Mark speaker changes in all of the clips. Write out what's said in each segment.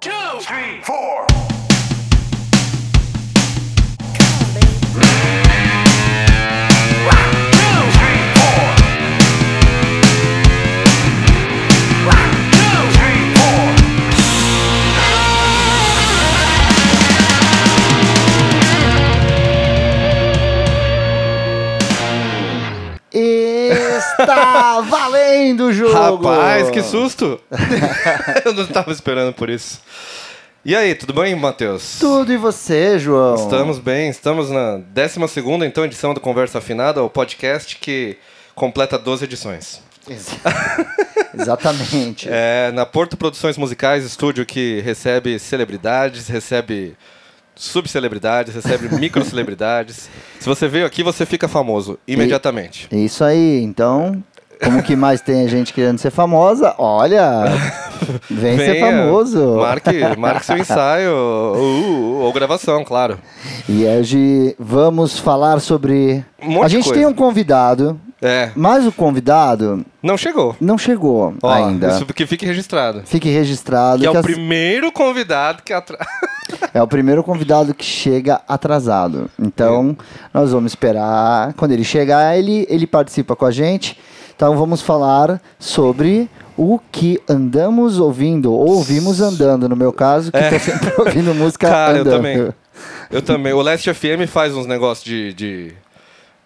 Speaker 1: three, four.
Speaker 2: Está valendo o jogo!
Speaker 3: Rapaz, que susto! Eu não tava esperando por isso. E aí, tudo bem, Matheus?
Speaker 2: Tudo e você, João?
Speaker 3: Estamos bem, estamos na 12 então, edição do Conversa Afinada, o podcast que completa 12 edições.
Speaker 2: Ex- Exatamente.
Speaker 3: É, na Porto Produções Musicais, estúdio que recebe celebridades, recebe subcelebridades, recebe microcelebridades. Se você veio aqui, você fica famoso imediatamente.
Speaker 2: É Isso aí, então. Como que mais tem gente querendo ser famosa? Olha, vem ser
Speaker 3: Venha,
Speaker 2: famoso.
Speaker 3: Marque, marque seu ensaio ou, ou gravação, claro.
Speaker 2: E hoje vamos falar sobre.
Speaker 3: Um monte
Speaker 2: a
Speaker 3: de
Speaker 2: gente
Speaker 3: coisa.
Speaker 2: tem um convidado,
Speaker 3: É,
Speaker 2: mas o convidado
Speaker 3: não chegou.
Speaker 2: não chegou
Speaker 3: Ó,
Speaker 2: ainda.
Speaker 3: Isso que fique registrado.
Speaker 2: Fique registrado assim,
Speaker 3: Que é o
Speaker 2: as-
Speaker 3: primeiro convidado que atra...
Speaker 2: é o primeiro convidado que chega atrasado. Então, nós vamos esperar. Quando ele chegar, ele, ele participa com a gente. Então, vamos falar sobre o que andamos ouvindo, ou ouvimos andando, no meu caso, que estou sempre ouvindo música
Speaker 3: É. Cara, eu
Speaker 2: andando.
Speaker 3: também. Eu também. O Last FM faz uns negócios de, de,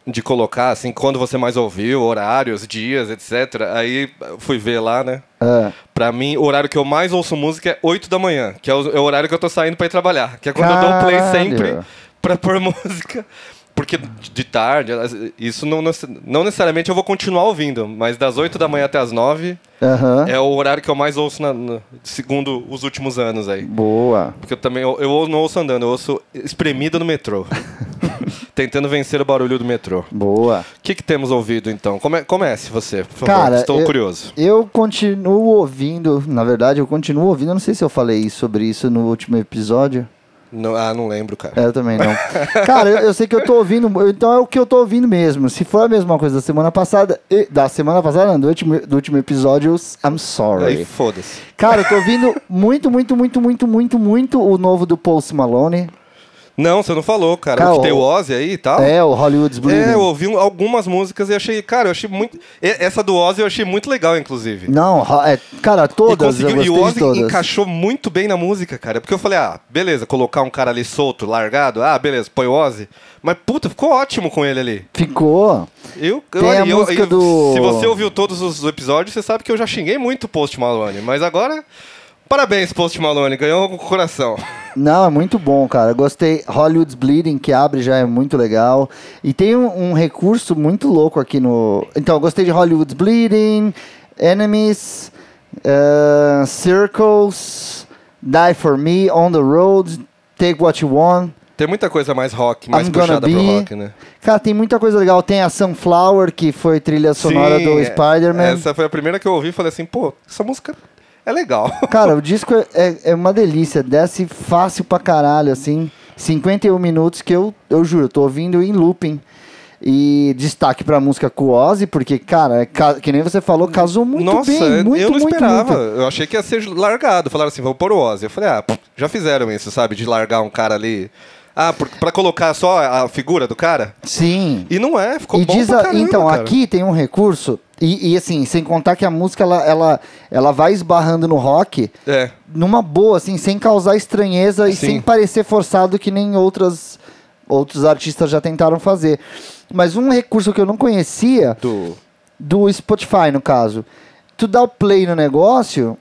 Speaker 3: de colocar, assim, quando você mais ouviu, horários, dias, etc. Aí fui ver lá, né?
Speaker 2: Ah,
Speaker 3: Pra mim, o horário que eu mais ouço música é 8 da manhã, que é o, é o horário que eu tô saindo pra ir trabalhar. Que é quando eu dou play
Speaker 2: Caralho.
Speaker 3: sempre pra pôr música. Porque de tarde, elas- isso não, nece- não necessariamente eu vou continuar ouvindo, mas das 8 da manhã até as 9
Speaker 2: aham.
Speaker 3: é o horário que eu mais ouço, na- na- segundo os últimos anos aí.
Speaker 2: Boa.
Speaker 3: Porque eu também eu, eu não ouço andando, eu ouço espremida no metrô. Tentando vencer o barulho do metrô. O
Speaker 2: Boa.
Speaker 3: que, que temos ouvido então? Come- comece você, por favor.
Speaker 2: Cara,
Speaker 3: Estou
Speaker 2: eu-
Speaker 3: curioso.
Speaker 2: Eu continuo ouvindo, na verdade, eu continuo ouvindo. Eu não sei se eu falei sobre isso no último episódio.
Speaker 3: Não- ah, não lembro, cara.
Speaker 2: É, Eu também não. Cara, eu, eu sei que eu tô ouvindo, então é o que eu tô ouvindo mesmo. Se for a mesma coisa da semana passada, e- da semana passada, não, do último, do último episódio, eu s- I'm
Speaker 3: Aí
Speaker 2: sorry.
Speaker 3: foda-se.
Speaker 2: Cara, eu tô ouvindo muito, muito, muito, muito, muito, muito o novo do Post Malone.
Speaker 3: Não, você não falou, cara.
Speaker 2: Cara,
Speaker 3: o que tem
Speaker 2: o-
Speaker 3: o Ozzy aí e tal.
Speaker 2: É, o Hollywood's Bleeding.
Speaker 3: Ah. É, eu ouvi um- algumas músicas e achei, cara, eu achei muito. e- Essa do Ozzy eu achei muito legal, inclusive.
Speaker 2: Não, ro- é, cara, todas, eu
Speaker 3: e
Speaker 2: gostei
Speaker 3: o Ozzy
Speaker 2: de todas.
Speaker 3: encaixou muito bem na música, cara. Porque eu falei, ah, beleza, colocar um cara ali solto, largado, ah, beleza, põe o Ozzy. Mas puta, ficou ótimo com ele ali.
Speaker 2: Ficou.
Speaker 3: Eu,
Speaker 2: Tem
Speaker 3: olha,
Speaker 2: a
Speaker 3: eu-
Speaker 2: música
Speaker 3: eu-
Speaker 2: do-
Speaker 3: Se você ouviu todos os episódios, você sabe que eu já xinguei muito o Post Malone. Mas agora, parabéns, Post Malone, ganhou o coração.
Speaker 2: Não, é muito bom, cara. Eu Gostei. Hollywood's Bleeding, que abre já é muito legal. E tem um, um recurso muito louco aqui no. Então, eu gostei de Hollywood's Bleeding, Enemies, eh, Circles, Die for Me, On the Road, Take What You Want.
Speaker 3: Tem muita coisa mais rock, mais
Speaker 2: I'm Gonna
Speaker 3: puxada
Speaker 2: Be.
Speaker 3: pro rock, né?
Speaker 2: Cara, tem muita coisa legal. Tem a Sunflower, que foi trilha sonora
Speaker 3: Sim,
Speaker 2: do
Speaker 3: é-
Speaker 2: Spider-Man.
Speaker 3: Essa foi a primeira que eu ouvi e falei assim, pô, essa música é legal.
Speaker 2: Cara, o disco é- é, é uma delícia, desce fácil pra caralho, assim. 51 minutos que eu, eu juro, eu tô ouvindo em looping. E destaque pra música com Ozzy, porque, cara, é ca- que nem você falou, casou muito
Speaker 3: Nossa,
Speaker 2: bem.
Speaker 3: eu-
Speaker 2: Muito,
Speaker 3: eu não
Speaker 2: muito,
Speaker 3: esperava.
Speaker 2: muito.
Speaker 3: Eu achei que ia ser largado. Falaram assim, vamos pôr o Ozzy. Eu falei, ah, pff, já fizeram isso, sabe? De largar um cara ali. Ah, por, pra colocar só a figura do cara?
Speaker 2: Sim.
Speaker 3: E não é, ficou
Speaker 2: e
Speaker 3: bom
Speaker 2: diz
Speaker 3: pra
Speaker 2: a-
Speaker 3: caramba,
Speaker 2: então
Speaker 3: cara.
Speaker 2: aqui tem um recurso e, e, assim sem contar que a música ela, ela ela vai esbarrando no rock
Speaker 3: É.
Speaker 2: numa boa assim sem causar estranheza e
Speaker 3: Sim.
Speaker 2: sem parecer forçado que nem outras outros artistas já tentaram fazer mas um recurso que eu não conhecia
Speaker 3: Do...
Speaker 2: do Spotify no caso tu dá o play no negócio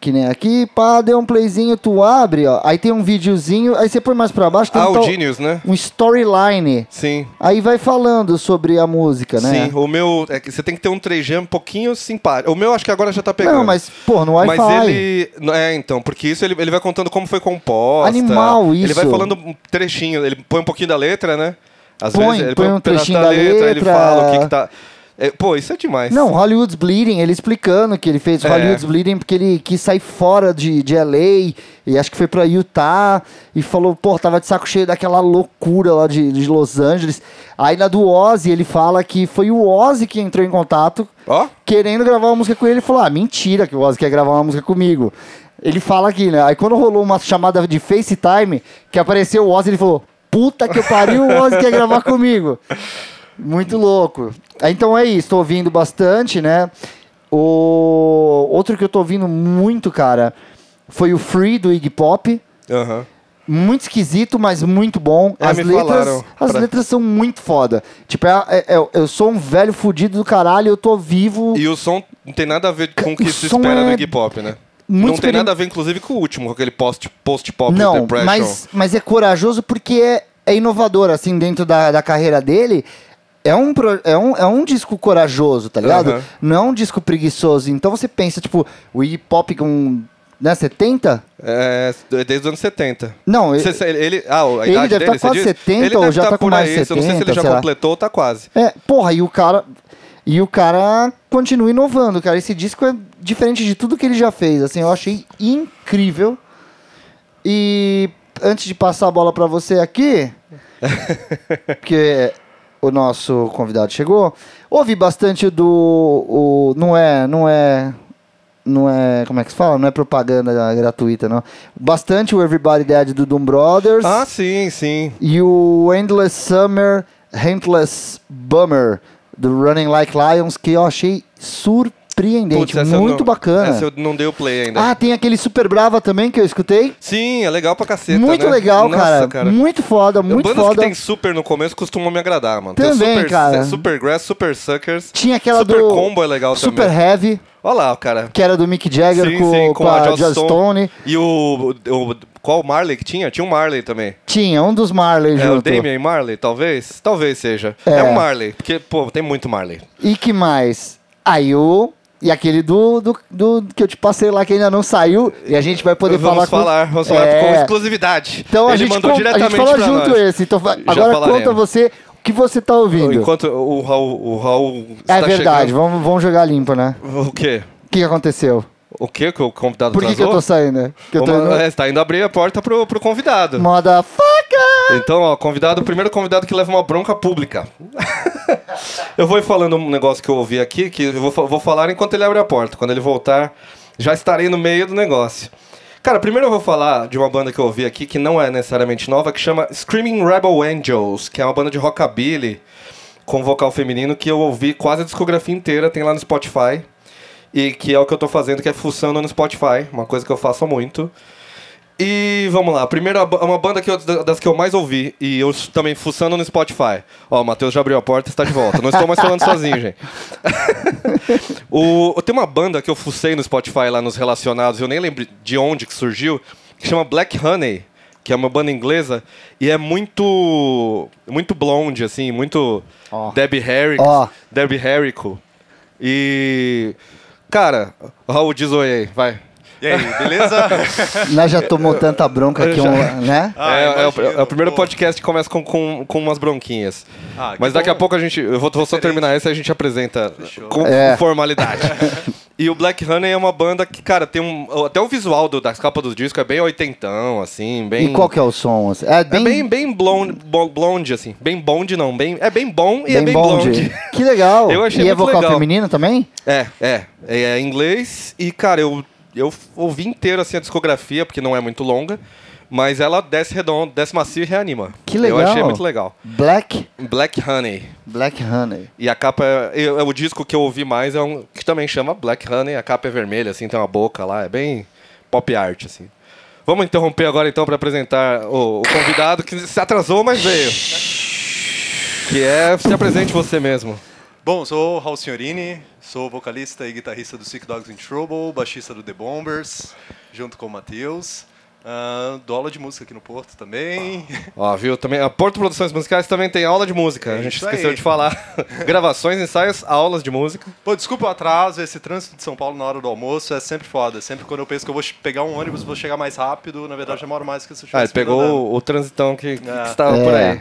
Speaker 2: que nem aqui, pá, deu um playzinho, tu abre, ó. Aí tem um videozinho, aí você põe mais pra baixo, tem
Speaker 3: Ah,
Speaker 2: um,
Speaker 3: o
Speaker 2: tal-
Speaker 3: Genius, né?
Speaker 2: um storyline.
Speaker 3: Sim.
Speaker 2: Aí vai falando sobre a música, né?
Speaker 3: Sim, o meu. é que você tem que ter um 3G um pouquinho simpático. O meu acho que agora já tá pegando.
Speaker 2: Não, mas, pô, no Wi-Fi.
Speaker 3: Mas ele. É, então, porque isso ele, ele vai contando como foi composta.
Speaker 2: Animal,
Speaker 3: Ele vai
Speaker 2: isso.
Speaker 3: falando um trechinho, ele põe um pouquinho da letra, né? Às
Speaker 2: Põe,
Speaker 3: vezes ele
Speaker 2: põe um
Speaker 3: pedaço
Speaker 2: trechinho da
Speaker 3: ele
Speaker 2: letra.
Speaker 3: fala o que, que tá. É, pô, isso é demais.
Speaker 2: Não, Hollywood's Bleeding, ele explicando que ele fez
Speaker 3: É.
Speaker 2: Hollywood's Bleeding porque ele quis sair fora de, de LA e acho que foi pra Utah e falou, pô, tava de saco cheio daquela loucura lá de, de Los Angeles. Aí na do Ozzy, ele fala que foi o Ozzy que entrou em contato
Speaker 3: Ó,
Speaker 2: querendo gravar uma música com ele. Ele falou, ah, mentira que o Ozzy quer gravar uma música comigo. Ele fala aqui, né? Aí quando rolou uma chamada de FaceTime, que apareceu o Ozzy, ele falou, puta que pariu, o Ozzy quer gravar comigo. Muito louco. Ah, Então é isso, tô ouvindo bastante, né? O outro que eu tô ouvindo muito, cara, foi o Free do Iggy Pop.
Speaker 3: aham.
Speaker 2: Muito esquisito, mas muito bom.
Speaker 3: Ah,
Speaker 2: as
Speaker 3: me
Speaker 2: letras,
Speaker 3: falaram.
Speaker 2: as
Speaker 3: Pra-
Speaker 2: letras são muito foda. Tipo, é- é- é- eu sou um velho fudido do caralho, eu tô vivo.
Speaker 3: E o som não tem nada a ver com o
Speaker 2: O
Speaker 3: que se
Speaker 2: som
Speaker 3: espera
Speaker 2: é
Speaker 3: do hip hop, né?
Speaker 2: muito
Speaker 3: não tem
Speaker 2: experim-
Speaker 3: nada a ver, inclusive, com o último, com aquele post- post-pop
Speaker 2: Não,
Speaker 3: Depression.
Speaker 2: mas, mas é corajoso porque é, é inovador, assim, dentro da, da carreira dele. É um, pro- é, um, é um disco corajoso, tá ligado?
Speaker 3: Aham.
Speaker 2: Não é um disco preguiçoso. Então você pensa, tipo, o hip hop com. Né, 70?
Speaker 3: É, é desde os anos 70.
Speaker 2: Não,
Speaker 3: Você-
Speaker 2: ele-
Speaker 3: você- ele, ah, a
Speaker 2: ele deve
Speaker 3: idade dele,
Speaker 2: tá
Speaker 3: você
Speaker 2: quase
Speaker 3: diz?
Speaker 2: 70
Speaker 3: ele
Speaker 2: ou
Speaker 3: deve
Speaker 2: já
Speaker 3: tá
Speaker 2: tá com
Speaker 3: por
Speaker 2: mais
Speaker 3: aí. Eu não sei se ele
Speaker 2: 70,
Speaker 3: já
Speaker 2: sei lá.
Speaker 3: completou ou tá quase.
Speaker 2: É, porra, e o cara. E o cara continua inovando, cara. Esse disco é diferente de tudo que ele já fez. Assim, eu achei incrível. E antes de passar a bola pra você aqui, porque o nosso convidado chegou, ouvi bastante do. O, não é. Não é. Não é. Como é que se fala? Não é propaganda gratuita, não. Bastante o Everybody Dead do Doom Brothers.
Speaker 3: Ah, sim, sim.
Speaker 2: E o Endless Summer, Endless Bummer, do Running Like Lions, que eu achei surpreendente,
Speaker 3: Putz, essa eu
Speaker 2: muito
Speaker 3: não-
Speaker 2: bacana.
Speaker 3: Essa eu não dei o play ainda.
Speaker 2: Ah, tem aquele Super Brava também que eu escutei.
Speaker 3: Sim, é legal pra caceta,
Speaker 2: muito
Speaker 3: né?
Speaker 2: legal,
Speaker 3: Nossa, É
Speaker 2: cara. Muito foda, muito
Speaker 3: Bandas
Speaker 2: foda.
Speaker 3: que tem super no começo costumam me agradar, mano. Tem
Speaker 2: Também,
Speaker 3: super,
Speaker 2: cara.
Speaker 3: Supergrass, Super Suckers.
Speaker 2: Tinha aquela
Speaker 3: super
Speaker 2: do
Speaker 3: Combo é legal
Speaker 2: Super
Speaker 3: também.
Speaker 2: Heavy,
Speaker 3: Olha lá, cara.
Speaker 2: que era do Mick Jagger
Speaker 3: Sim,
Speaker 2: com,
Speaker 3: sim,
Speaker 2: com a Joss Stone.
Speaker 3: E o, o- Qual o Marley que tinha? Tinha um Marley também.
Speaker 2: Tinha um dos Marley
Speaker 3: É o
Speaker 2: junto.
Speaker 3: Damien Marley, talvez? Talvez seja.
Speaker 2: É.
Speaker 3: É. um Marley, porque, pô, tem muito Marley.
Speaker 2: E que mais? Aí o. E aquele do, do, do que eu te passei lá que ainda não saiu. E a gente vai poder
Speaker 3: vamos
Speaker 2: com-
Speaker 3: falar, vamos falar
Speaker 2: É.
Speaker 3: com exclusividade.
Speaker 2: Então a
Speaker 3: Ele
Speaker 2: gente,
Speaker 3: mandou
Speaker 2: con-
Speaker 3: diretamente
Speaker 2: a gente fala
Speaker 3: pra
Speaker 2: junto
Speaker 3: nós.
Speaker 2: esse. Então, fa-
Speaker 3: Já
Speaker 2: agora
Speaker 3: falaremos.
Speaker 2: conta você o que você tá ouvindo.
Speaker 3: Enquanto tá o Raul, o Raul
Speaker 2: é
Speaker 3: está
Speaker 2: verdade, vamos, vamos jogar limpo, né?
Speaker 3: chegando... O quê?
Speaker 2: O que que aconteceu?
Speaker 3: O quê que o convidado
Speaker 2: Por que, que eu tô
Speaker 3: atrasou?
Speaker 2: saindo? Que eu tô
Speaker 3: Uma-
Speaker 2: indo...
Speaker 3: é, você tá indo abrir a porta pro, pro convidado.
Speaker 2: Moda faca!
Speaker 3: Então, ó, convidado, o primeiro convidado que leva uma bronca pública. eu vou ir falando um negócio que eu ouvi aqui, que eu vou, fa- vou falar enquanto ele abre a porta. Quando ele voltar, já estarei no meio do negócio. Cara, primeiro eu vou falar de uma banda que eu ouvi aqui, que não é necessariamente nova, que chama Screaming Rebel Angels, que é uma banda de rockabilly com vocal feminino que eu ouvi quase a discografia inteira, tem lá no Spotify. E que é o que eu tô fazendo, que é fuçando no Spotify, uma coisa que eu faço muito. E vamos lá, primeiro a ba- é uma banda que eu- da- das que eu mais ouvi e eu s- também fuçando no Spotify. Ó, o Matheus já abriu a porta e está de volta. Não estou mais falando sozinho, gente. o, tem uma banda que eu fucei no Spotify lá nos relacionados, eu nem lembro de onde que surgiu, que chama Black Honey, que é uma banda inglesa e é muito muito blonde assim, muito
Speaker 2: Ó.
Speaker 3: Debbie Harry,
Speaker 2: Ó.
Speaker 3: Debbie Harrico. E cara, Raul diz oi aí, vai.
Speaker 1: E aí, beleza?
Speaker 2: Nós já tomou tanta bronca que um. Né?
Speaker 1: Ah,
Speaker 3: é, é o-
Speaker 1: imagino,
Speaker 3: é o primeiro
Speaker 1: pô.
Speaker 3: podcast que começa com, com, com umas bronquinhas.
Speaker 1: Ah, que
Speaker 3: Mas daqui a
Speaker 1: bom.
Speaker 3: pouco a gente. Eu vou, vou só terminar esse e a gente apresenta com
Speaker 2: É.
Speaker 3: formalidade. e o Black Honey é uma banda que, cara, tem um. Até o visual do- das capas do disco é bem oitentão, assim, bem.
Speaker 2: E qual que é o som? assim? É
Speaker 3: É
Speaker 2: bem.
Speaker 3: bem, bem blonde, bo- blonde, assim. Bem bonde, não. Bem, é bem bom e é
Speaker 2: bem
Speaker 3: bem
Speaker 2: bonde.
Speaker 3: blonde.
Speaker 2: Que legal.
Speaker 3: Eu achei
Speaker 2: e é
Speaker 3: muito
Speaker 2: vocal
Speaker 3: legal.
Speaker 2: feminino também?
Speaker 3: É, é. É em inglês e, cara, eu, eu ouvi inteiro assim, a discografia, porque não é muito longa, mas ela desce redondo, desce macio e reanima.
Speaker 2: Que legal.
Speaker 3: Eu achei muito legal.
Speaker 2: Black.
Speaker 3: Black Honey.
Speaker 2: Black Honey.
Speaker 3: E a capa é, é- é o disco que eu ouvi mais, é um que também chama Black Honey, a capa é vermelha, assim, tem uma boca lá, é bem pop art, assim. Vamos interromper agora então para apresentar o, o convidado que se atrasou, mas veio. Que é se apresente você mesmo.
Speaker 1: Bom, sou o Raul Signorini, sou vocalista e guitarrista do Sick Dogs in Trouble, baixista do The Bombers, junto com o Matheus. Ah, dou aula de música aqui no Porto também.
Speaker 3: Ó, viu? Também, a Porto Produções Musicais também tem aula de música.
Speaker 1: É
Speaker 3: a gente
Speaker 1: isso
Speaker 3: esqueceu
Speaker 1: aí.
Speaker 3: de falar. Gravações, ensaios, aulas de música.
Speaker 1: Pô, desculpa o atraso, esse trânsito de São Paulo na hora do almoço é sempre foda. Sempre quando eu penso que eu vou che- pegar um ônibus, vou chegar mais rápido, na verdade demora mais que se tá eu
Speaker 3: Ah,
Speaker 1: tivesse
Speaker 3: ele pegou
Speaker 1: pedalando.
Speaker 3: o, o transitão que, que
Speaker 1: É.
Speaker 3: estava por
Speaker 2: É.
Speaker 3: aí.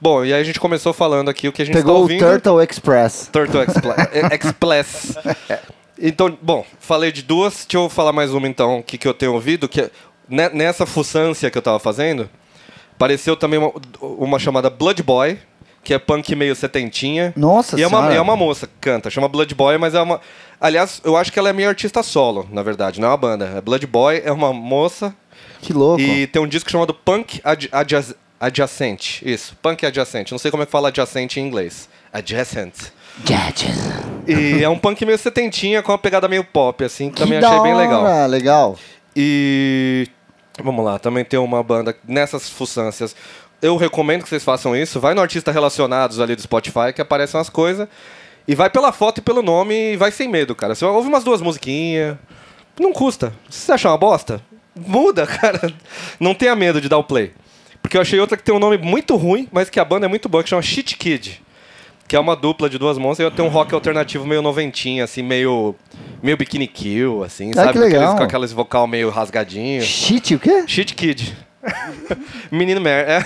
Speaker 3: Bom, e aí a gente começou falando aqui o que a gente
Speaker 2: Pegou
Speaker 3: tá
Speaker 2: o
Speaker 3: ouvindo.
Speaker 2: Turtle Express.
Speaker 3: Turtle Expla- eh, Express. Então, bom, falei de duas. Deixa eu falar mais uma, então, que, que eu tenho ouvido. que ne- Nessa fuçância que eu tava fazendo, apareceu também uma, uma chamada Blood Boy, que é punk meio setentinha.
Speaker 2: Nossa
Speaker 3: e é uma,
Speaker 2: Senhora.
Speaker 3: é uma moça que canta, chama Blood Boy, mas é uma... Aliás, eu acho que ela é minha artista solo, na verdade, não é uma banda. É Blood Boy é uma moça
Speaker 2: Que louco.
Speaker 3: e tem um disco chamado Punk Ad- Adja- Adjacente. Isso, Punk Adjacente. Não sei como é que fala adjacente em inglês. Adjacent.
Speaker 2: Gadgets.
Speaker 3: E é um punk meio setentinha com uma pegada meio pop, assim, que,
Speaker 2: Que
Speaker 3: também
Speaker 2: da
Speaker 3: achei bem legal.
Speaker 2: hora, legal.
Speaker 3: E. Vamos lá, também tem uma banda nessas fuçâncias. Eu recomendo que vocês façam isso. Vai no Artista Relacionados ali do Spotify, que aparecem umas coisas. E vai pela foto e pelo nome e vai sem medo, cara. Você ouve umas duas musiquinhas. Não custa. Se você achar uma bosta, muda, cara. Não tenha medo de dar o play. Porque eu achei outra que tem um nome muito ruim, mas que a banda é muito boa, que chama Shit Kid. Que é uma dupla de duas monstras e tem um rock alternativo meio noventinha, assim, meio. meio Bikini Kill, assim, sabe?
Speaker 2: Ah, que
Speaker 3: Aqueles-
Speaker 2: legal.
Speaker 3: com aquelas vocal meio rasgadinho.
Speaker 2: Shit, o quê?
Speaker 3: Shit Kid. Menino merda.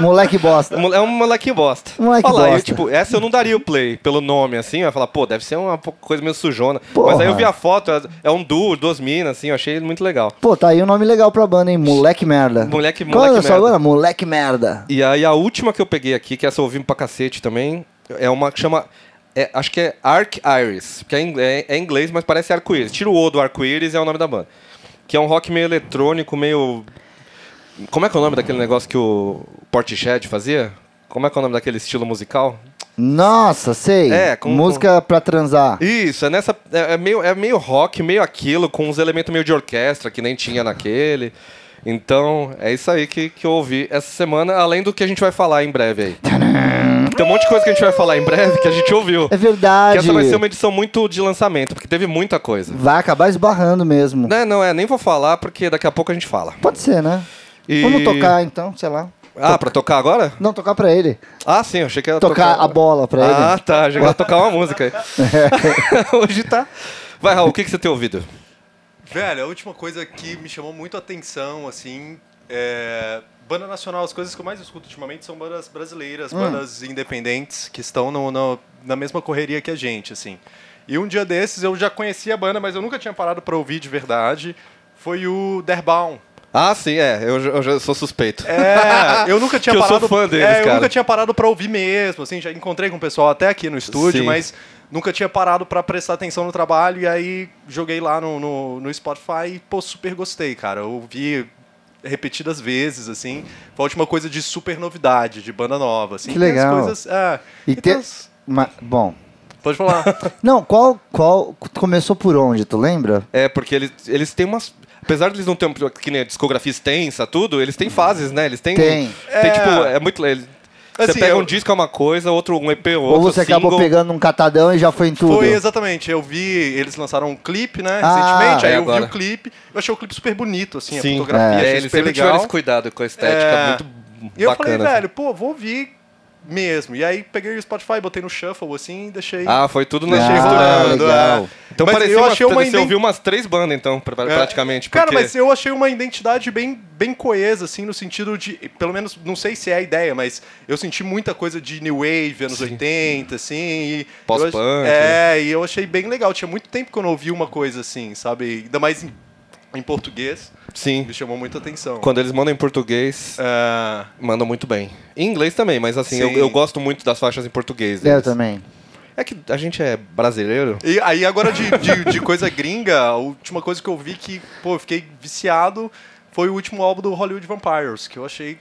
Speaker 2: Moleque bosta.
Speaker 3: É, é um molequinho bosta.
Speaker 2: Moleque
Speaker 3: Olha lá, eu,
Speaker 2: bosta.
Speaker 3: tipo, essa eu não daria o play pelo nome, assim. Eu ia falar, pô, deve ser uma po- coisa meio sujona. Mas aí eu
Speaker 2: Porra.
Speaker 3: vi a foto, é- é um duo, duas minas, assim, eu achei muito legal.
Speaker 2: Pô, tá aí um nome legal pra banda, hein? Moleque merda.
Speaker 3: Moleque-
Speaker 2: Qual
Speaker 3: moleque
Speaker 2: é a sua
Speaker 3: merda.
Speaker 2: agora? Moleque merda.
Speaker 3: E aí a última que eu peguei aqui, que essa eu ouvi pra cacete também, é uma que chama. é, acho que é Arc Iris, que é, em- é- é em inglês, mas parece arco-íris. Tira o O do arco-íris e é o nome da banda. Que é um rock meio eletrônico, meio. Como é que é o nome daquele negócio que o Portishead fazia? Como é que é o nome daquele estilo musical?
Speaker 2: Nossa, sei.
Speaker 3: É, com-
Speaker 2: Música pra transar.
Speaker 3: Isso, é nessa. É, é meio, é meio rock, meio aquilo, com uns elementos meio de orquestra que nem tinha naquele. Então, é isso aí que, que eu ouvi essa semana, além do que a gente vai falar em breve aí. Tem um monte de coisa que a gente vai falar em breve que a gente ouviu.
Speaker 2: É
Speaker 3: Que
Speaker 2: verdade.
Speaker 3: essa vai ser uma edição muito de lançamento, porque teve muita coisa.
Speaker 2: Vai acabar esbarrando mesmo.
Speaker 3: Não, é, não, é, nem vou falar, porque daqui a pouco a gente fala.
Speaker 2: Pode ser, né?
Speaker 3: E-
Speaker 2: Vamos tocar então, sei lá.
Speaker 3: Ah, pra tocar agora?
Speaker 2: Não, tocar pra ele.
Speaker 3: Ah, sim, eu achei que ia
Speaker 2: Tocar a bola pra ele.
Speaker 3: Ah, tá, achei que ia tocar uma música aí. Hoje tá. Vai, Raul, o que, que você tem ouvido?
Speaker 1: Velho, a última coisa que me chamou muito a atenção, assim, é. Banda nacional, as coisas que eu mais escuto ultimamente são bandas brasileiras, bandas independentes, que estão no- no- na mesma correria que a gente, assim. E um dia desses eu já conhecia a banda, mas eu nunca tinha parado pra ouvir de verdade. Foi o Derbaum.
Speaker 3: Ah, sim, é, eu, já- eu já sou suspeito.
Speaker 1: É, eu nunca tinha
Speaker 3: Que eu sou
Speaker 1: parado.
Speaker 3: fã deles,
Speaker 1: é, eu
Speaker 3: cara.
Speaker 1: nunca tinha parado pra ouvir mesmo, assim, já encontrei com o pessoal até aqui no estúdio,
Speaker 3: Sim.
Speaker 1: mas nunca tinha parado pra prestar atenção no trabalho e aí joguei lá no, no, no Spotify e pô, super gostei, cara. Eu ouvi repetidas vezes, assim. Foi a última coisa de super novidade, de banda nova, assim.
Speaker 2: Que
Speaker 1: Tem as
Speaker 2: legal.
Speaker 1: coisas- é,
Speaker 2: E
Speaker 1: então,
Speaker 2: tem. Ma- Bom.
Speaker 1: Pode falar.
Speaker 2: Não, qual, qual. Começou por onde, tu lembra?
Speaker 3: É, porque eles, eles têm umas. Apesar de eles não terem que nem a discografia extensa, tudo, eles têm fases, né? Eles têm.
Speaker 2: Tem.
Speaker 1: É.
Speaker 3: tipo, é muito. Ele, você
Speaker 1: Assim,
Speaker 3: pega um
Speaker 1: eu-
Speaker 3: disco é uma coisa, outro um EP, outro.
Speaker 2: Ou você
Speaker 3: single.
Speaker 2: acabou pegando um catadão e já foi em tudo?
Speaker 1: Foi, exatamente. Eu vi, eles lançaram um clipe, né,
Speaker 2: Ah,
Speaker 1: recentemente. Aí
Speaker 3: é
Speaker 1: eu
Speaker 3: agora.
Speaker 1: vi o clipe, eu achei o clipe super bonito, assim,
Speaker 3: Sim,
Speaker 1: a fotografia,
Speaker 3: é,
Speaker 1: achei
Speaker 3: eles
Speaker 1: super
Speaker 3: sempre tiveram
Speaker 1: legal.
Speaker 3: esse cuidado com a estética,
Speaker 1: É.
Speaker 3: muito
Speaker 1: E eu
Speaker 3: bacana. assim.
Speaker 1: falei, velho, pô, vou ouvir mesmo. E aí peguei o Spotify, botei no shuffle assim e deixei.
Speaker 3: Ah, foi tudo na
Speaker 1: deixei
Speaker 2: Ah,
Speaker 1: rolando.
Speaker 2: legal.
Speaker 1: é.
Speaker 3: Então
Speaker 1: mas
Speaker 3: parecia
Speaker 1: eu
Speaker 3: umas-
Speaker 1: achei uma
Speaker 3: Você
Speaker 1: ident-
Speaker 3: ouviu umas três bandas, então, pra-
Speaker 1: É.
Speaker 3: praticamente.
Speaker 1: Cara,
Speaker 3: porque-
Speaker 1: mas eu achei uma identidade bem, bem coesa, assim, no sentido de. Pelo menos, não sei se é a ideia, mas eu senti muita coisa de New Wave, anos
Speaker 3: Sim.
Speaker 1: 80, assim. e
Speaker 3: Pós-punk, né?
Speaker 1: eu ach- É, e eu achei bem legal. Tinha muito tempo que eu não ouvi uma coisa assim, sabe? Ainda mais em, em português.
Speaker 3: Sim.
Speaker 1: Me chamou muita atenção.
Speaker 3: Quando eles mandam em português,
Speaker 1: Ah,
Speaker 3: mandam muito bem. Em inglês também, mas assim, eu,
Speaker 1: Sim.
Speaker 3: eu gosto muito das faixas em português.
Speaker 2: Eu
Speaker 3: deles.
Speaker 2: também.
Speaker 3: É que a gente é brasileiro.
Speaker 1: E aí, agora de, de, de coisa gringa, a última coisa que eu vi que, pô, eu fiquei viciado foi o último álbum do Hollywood Vampires, que eu achei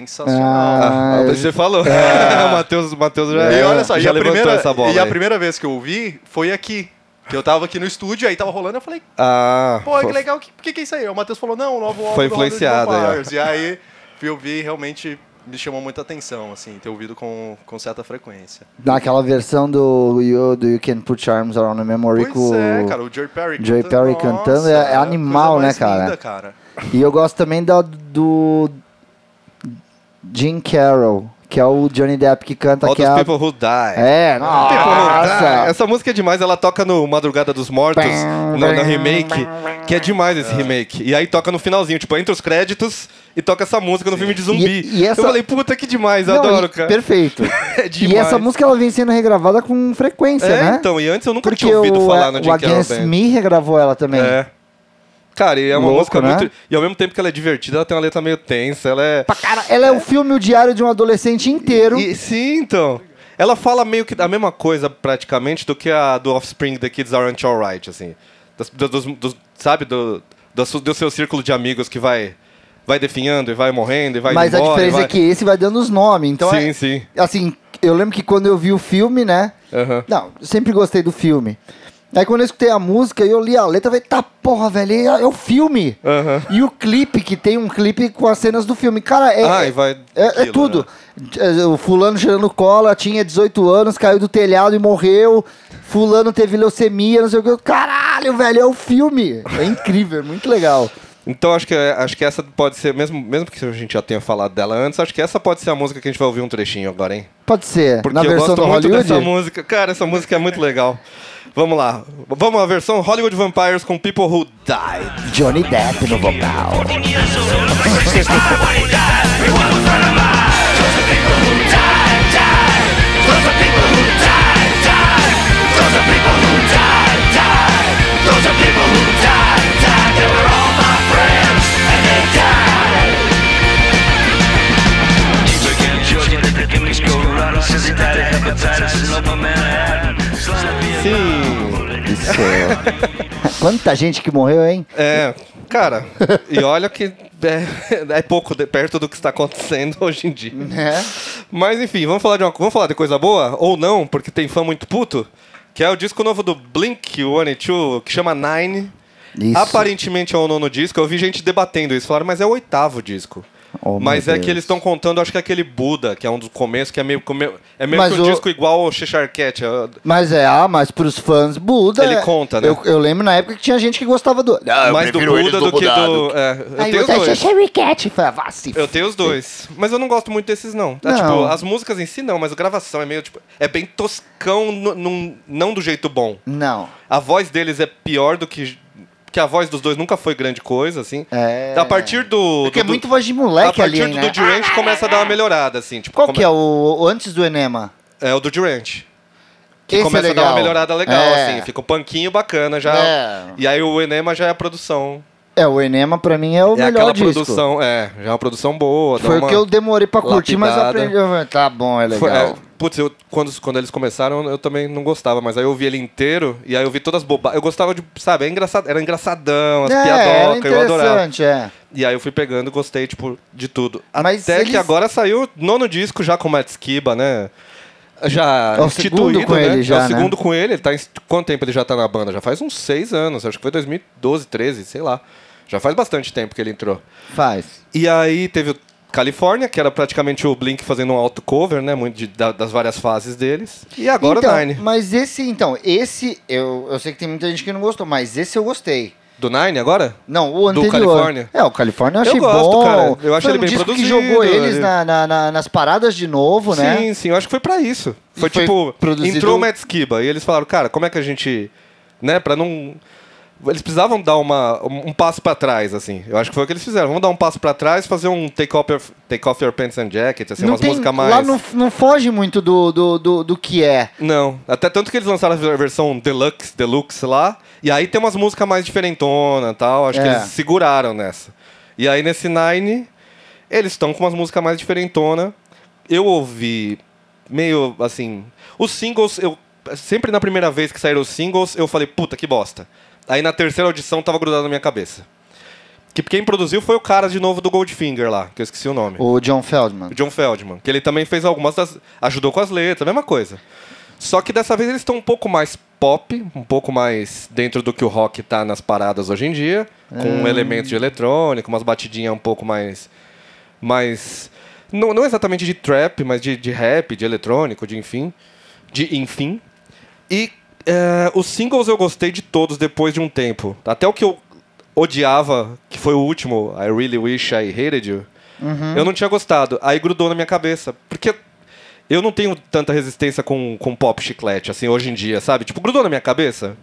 Speaker 1: sensacional.
Speaker 2: Ah,
Speaker 3: Ah,
Speaker 2: eu-
Speaker 3: você falou. É. o Matheus, o Matheus já,
Speaker 2: É,
Speaker 1: e olha só,
Speaker 3: já
Speaker 1: e, a
Speaker 3: levantou
Speaker 1: primeira,
Speaker 3: essa bola.
Speaker 1: e a
Speaker 3: aí.
Speaker 1: primeira vez que eu ouvi foi aqui. Que eu tava aqui no estúdio, aí tava rolando, eu falei,
Speaker 3: Ah,
Speaker 1: pô, que
Speaker 3: fo-
Speaker 1: legal, o que, que, que é isso aí? O Matheus falou, não, o novo álbum
Speaker 3: Foi
Speaker 1: do Hollywood
Speaker 3: influenciado
Speaker 2: é.
Speaker 3: aí, ó.
Speaker 1: Vampires. E aí, fui ouvir, realmente me chamou muita atenção, assim, ter ouvido com, com certa frequência.
Speaker 2: Naquela versão do You, do you Can Put Your Arms Around a Memory
Speaker 1: Pois
Speaker 2: com
Speaker 1: é, cara, o Joy Perry
Speaker 2: Joey Perry cantando é- é
Speaker 1: a
Speaker 2: animal,
Speaker 1: coisa
Speaker 2: né,
Speaker 1: mais
Speaker 2: cara?
Speaker 1: linda, cara.
Speaker 2: E eu gosto também da do Jim Carroll, que é o Johnny Depp que canta
Speaker 3: All
Speaker 2: que
Speaker 3: those
Speaker 2: é a...
Speaker 3: people who die.
Speaker 2: É,
Speaker 3: People Who Die.
Speaker 2: nossa.
Speaker 3: Essa música é demais, ela toca no Madrugada dos Mortos,
Speaker 2: Bam,
Speaker 3: na, na
Speaker 2: bam,
Speaker 3: remake, que é demais esse remake. E aí toca no finalzinho, tipo, entre os créditos e toca essa música no filme de zumbi.
Speaker 2: E- e essa-
Speaker 3: Eu falei, puta que demais, eu
Speaker 2: Não,
Speaker 3: adoro,
Speaker 2: e-
Speaker 3: cara.
Speaker 2: Perfeito.
Speaker 3: É demais.
Speaker 2: e essa música ela vem sendo regravada com frequência,
Speaker 3: É,
Speaker 2: né?
Speaker 3: então, e antes eu nunca
Speaker 2: Porque
Speaker 3: tinha ouvido
Speaker 2: o,
Speaker 3: falar no
Speaker 2: o
Speaker 3: Jim Carroll
Speaker 2: Against
Speaker 3: Band.
Speaker 2: Me regravou ela também.
Speaker 3: É. Cara, e é uma
Speaker 2: Louco,
Speaker 3: música
Speaker 2: né?
Speaker 3: muito. E ao mesmo tempo que ela é divertida, ela tem uma letra meio tensa, ela é.
Speaker 2: Pra cara- ela é o filme O Diário de um Adolescente inteiro.
Speaker 3: E- sim, então. Ela fala meio que a mesma coisa, praticamente, do que a do Offspring The Kids Aren't Alright, assim. Das- do- dos- dos- sabe, do, do, su- do seu círculo de amigos que vai, vai definhando e vai morrendo e vai
Speaker 2: mas
Speaker 3: indo embora.
Speaker 2: a diferença
Speaker 3: e vai-
Speaker 2: é que esse vai dando os nomes. Então
Speaker 3: sim,
Speaker 2: é-
Speaker 3: sim.
Speaker 2: assim, eu lembro que quando eu vi o filme, né?
Speaker 3: Aham.
Speaker 2: Não, eu sempre gostei do filme. Aí quando eu escutei a música, eu li a letra, eu falei, tá porra, velho, é, é o filme.
Speaker 3: Aham.
Speaker 2: E o clipe, que tem um clipe com as cenas do filme. Cara, é,
Speaker 3: Ah,
Speaker 2: é,
Speaker 3: e vai né?
Speaker 2: é- é
Speaker 3: aquilo,
Speaker 2: tudo. É, O fulano cheirando cola, tinha 18 anos, caiu do telhado e morreu. Fulano teve leucemia, não sei o que. Caralho, velho, é o filme. É incrível, é muito legal.
Speaker 3: Então acho que, acho que essa pode ser, mesmo, mesmo que a gente já tenha falado dela antes, acho que essa pode ser a música que a gente vai ouvir um trechinho agora, hein?
Speaker 2: Pode ser.
Speaker 3: Porque
Speaker 2: Na
Speaker 3: eu
Speaker 2: versão
Speaker 3: gosto
Speaker 2: do
Speaker 3: muito
Speaker 2: Hollywood.
Speaker 3: dessa música. Cara, essa música é muito legal. Vamos lá. Vamos à versão Hollywood Vampires com People Who Died.
Speaker 2: Johnny Depp no vocal.
Speaker 3: Sim.
Speaker 2: Isso. é Quanta gente que morreu, hein?
Speaker 3: É, cara, e olha que é, é pouco de- perto do que está acontecendo hoje em dia.
Speaker 2: É.
Speaker 3: Mas enfim, vamos falar de uma, vamos falar de coisa boa ou não, porque tem fã muito puto, que é o disco novo do Blink 182, que chama Nine.
Speaker 2: Isso.
Speaker 3: Aparentemente é o nono disco. Eu vi gente debatendo isso, falaram, mas é o oitavo disco.
Speaker 2: Oh, meu
Speaker 3: mas é
Speaker 2: Deus.
Speaker 3: que eles estão contando, acho que é aquele Buda, que é um dos começos, que é meio, come- é meio
Speaker 2: Mas
Speaker 3: que um
Speaker 2: o-
Speaker 3: disco igual ao Cheshire Cat. é-
Speaker 2: Mas é, ah, mas pros fãs Buda.
Speaker 3: Ele
Speaker 2: é-
Speaker 3: conta, né?
Speaker 2: Eu, eu lembro na época que tinha gente que gostava do. Ah,
Speaker 3: mais do Buda do, que do. É, eu
Speaker 2: Aí
Speaker 3: tenho os
Speaker 2: você acha
Speaker 3: dois.
Speaker 2: Sherry Cat. Fala, vá se
Speaker 3: Eu tenho os dois. Mas eu não gosto muito desses, não. Tá,
Speaker 2: Não.
Speaker 3: tipo, as músicas em si não, mas a gravação é meio, tipo. É bem toscão, nu- num- não do jeito bom.
Speaker 2: Não.
Speaker 3: A voz deles é pior do que. Que a voz dos dois nunca foi grande coisa, assim.
Speaker 2: É.
Speaker 3: A partir do.
Speaker 2: Porque é
Speaker 3: do-
Speaker 2: muito voz de
Speaker 3: A
Speaker 2: moleque ali,
Speaker 3: partir
Speaker 2: hein,
Speaker 3: do
Speaker 2: né?
Speaker 3: Dude Ranch começa a dar uma melhorada, assim. Tipo,
Speaker 2: Qual que é o, o antes do Enema?
Speaker 3: é? É o Dude Ranch. Que
Speaker 2: Esse é
Speaker 3: começa a dar uma
Speaker 2: legal.
Speaker 3: melhorada legal,
Speaker 2: É.
Speaker 3: assim. Fica um panquinho bacana já.
Speaker 2: É.
Speaker 3: E aí o Enema já é a produção.
Speaker 2: É, o Enema pra mim é o
Speaker 3: é
Speaker 2: melhor
Speaker 3: aquela
Speaker 2: disco.
Speaker 3: produção, é. Já é uma produção boa. dá
Speaker 2: Foi
Speaker 3: uma-
Speaker 2: o que eu demorei pra curtir, mas
Speaker 3: lapidada.
Speaker 2: aprendi. eu- Tá bom, é
Speaker 3: Foi-
Speaker 2: legal.
Speaker 3: é, putz, eu, quando, quando eles começaram, eu também não gostava, mas aí eu ouvi ele inteiro e aí eu vi todas as bobagens. Eu gostava de, sabe, é engraçado, era engraçadão, as
Speaker 2: É, era
Speaker 3: piadocas, eu adorava.
Speaker 2: interessante, é.
Speaker 3: E aí eu fui pegando e gostei, tipo, de tudo.
Speaker 2: Mas
Speaker 3: Até
Speaker 2: eles-
Speaker 3: que agora saiu nono disco já com o Matt Skiba, né? Já
Speaker 2: É o
Speaker 3: instituído,
Speaker 2: segundo com
Speaker 3: né?
Speaker 2: ele já,
Speaker 3: é o
Speaker 2: né?
Speaker 3: segundo com ele, ele tá em... quanto tempo ele já tá na banda? Já faz uns seis anos, acho que foi 2012, 13, sei lá. Já faz bastante tempo que ele entrou.
Speaker 2: Faz.
Speaker 3: E aí teve o Califórnia, que era praticamente o Blink fazendo um auto-cover, né? Muito de- da- das várias fases deles. E agora né?
Speaker 2: então,
Speaker 3: o Nine.
Speaker 2: Mas esse, então, esse, eu, eu sei que tem muita gente que não gostou, mas esse eu gostei.
Speaker 3: Do Nine agora?
Speaker 2: Não, o
Speaker 3: Do
Speaker 2: anterior.
Speaker 3: Califórnia?
Speaker 2: É, o Califórnia eu
Speaker 3: Eu
Speaker 2: achei
Speaker 3: gosto,
Speaker 2: bom.
Speaker 3: cara. Eu acho
Speaker 2: Foi
Speaker 3: ele
Speaker 2: um
Speaker 3: bem
Speaker 2: disco que
Speaker 3: produzido,
Speaker 2: jogou eles
Speaker 3: ele-
Speaker 2: na- na- na- nas paradas de novo, né?
Speaker 3: Sim, sim. Eu acho que foi pra isso.
Speaker 2: E
Speaker 3: Foi
Speaker 2: foi
Speaker 3: tipo,
Speaker 2: produzido-
Speaker 3: entrou o Matt Skiba e eles falaram, cara, como é que a gente... Né, pra não... Eles precisavam dar uma, um um passo pra trás, assim. Eu acho que foi o que eles fizeram. Vamos dar um passo pra trás, fazer um Take Off Your, take off your Pants and Jacket, assim,
Speaker 2: não
Speaker 3: umas
Speaker 2: tem,
Speaker 3: músicas mais...
Speaker 2: Lá não, não foge muito do, do, do, do que é.
Speaker 3: Não, até tanto que eles lançaram a versão deluxe, deluxe lá, e aí tem umas músicas mais diferentona e tal, acho que
Speaker 2: É.
Speaker 3: eles seguraram nessa. E aí nesse Nine, eles estão com umas músicas mais diferentona. Eu ouvi meio assim, os singles eu sempre na primeira vez que saíram os singles, eu falei, puta que bosta. Aí na terceira audição tava grudado na minha cabeça. Que quem produziu foi o cara de novo do Goldfinger lá, que eu esqueci o nome.
Speaker 2: O John
Speaker 3: O
Speaker 2: Feldman.
Speaker 3: John Feldman, que ele também fez algumas das. ajudou com as letras, a mesma coisa. Só que dessa vez eles estão um pouco mais pop, um pouco mais dentro do que o rock tá nas paradas hoje em dia, com um elementos de eletrônico, umas batidinhas um pouco mais. mais. Não, não exatamente de trap, mas de, de rap, de eletrônico, de enfim. De enfim. E é, os singles eu gostei de todos depois de um tempo. Até o que eu odiava, que foi o último, I Really Wish I Hated You. Eu não tinha gostado. Aí grudou na minha cabeça. Porque eu não tenho tanta resistência com, com pop chiclete, assim, hoje em dia, sabe? Tipo, grudou na minha cabeça.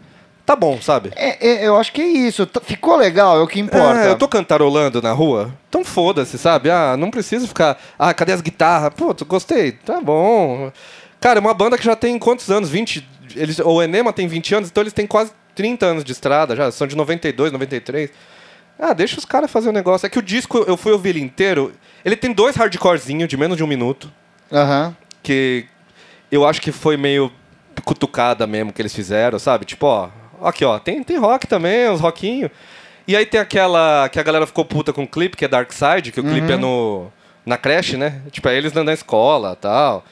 Speaker 3: Tá bom, sabe?
Speaker 2: É, é, eu acho que é isso. T- Ficou legal, é o que importa.
Speaker 3: É, eu tô cantarolando na rua, então foda-se, sabe? Ah, não preciso ficar. Ah, cadê as guitarras? Pô, tu- gostei, tá bom. Cara, é uma banda que já tem quantos anos? 20. Eles, o Enema tem 20 anos, então eles têm quase 30 anos de estrada já, são de 92, 93. Ah, deixa os caras fazer o negócio. É que o disco, eu fui ouvir ele inteiro, ele tem dois hardcorezinhos de menos de um minuto
Speaker 2: Aham.
Speaker 3: que eu acho que foi meio cutucada mesmo que eles fizeram, sabe? Tipo, ó, aqui ó, tem, tem rock também, uns rockinhos. E aí tem aquela que a galera ficou puta com o clipe, que é Dark Side, que o clipe é no na creche, né? Tipo, é eles na, na escola, tal.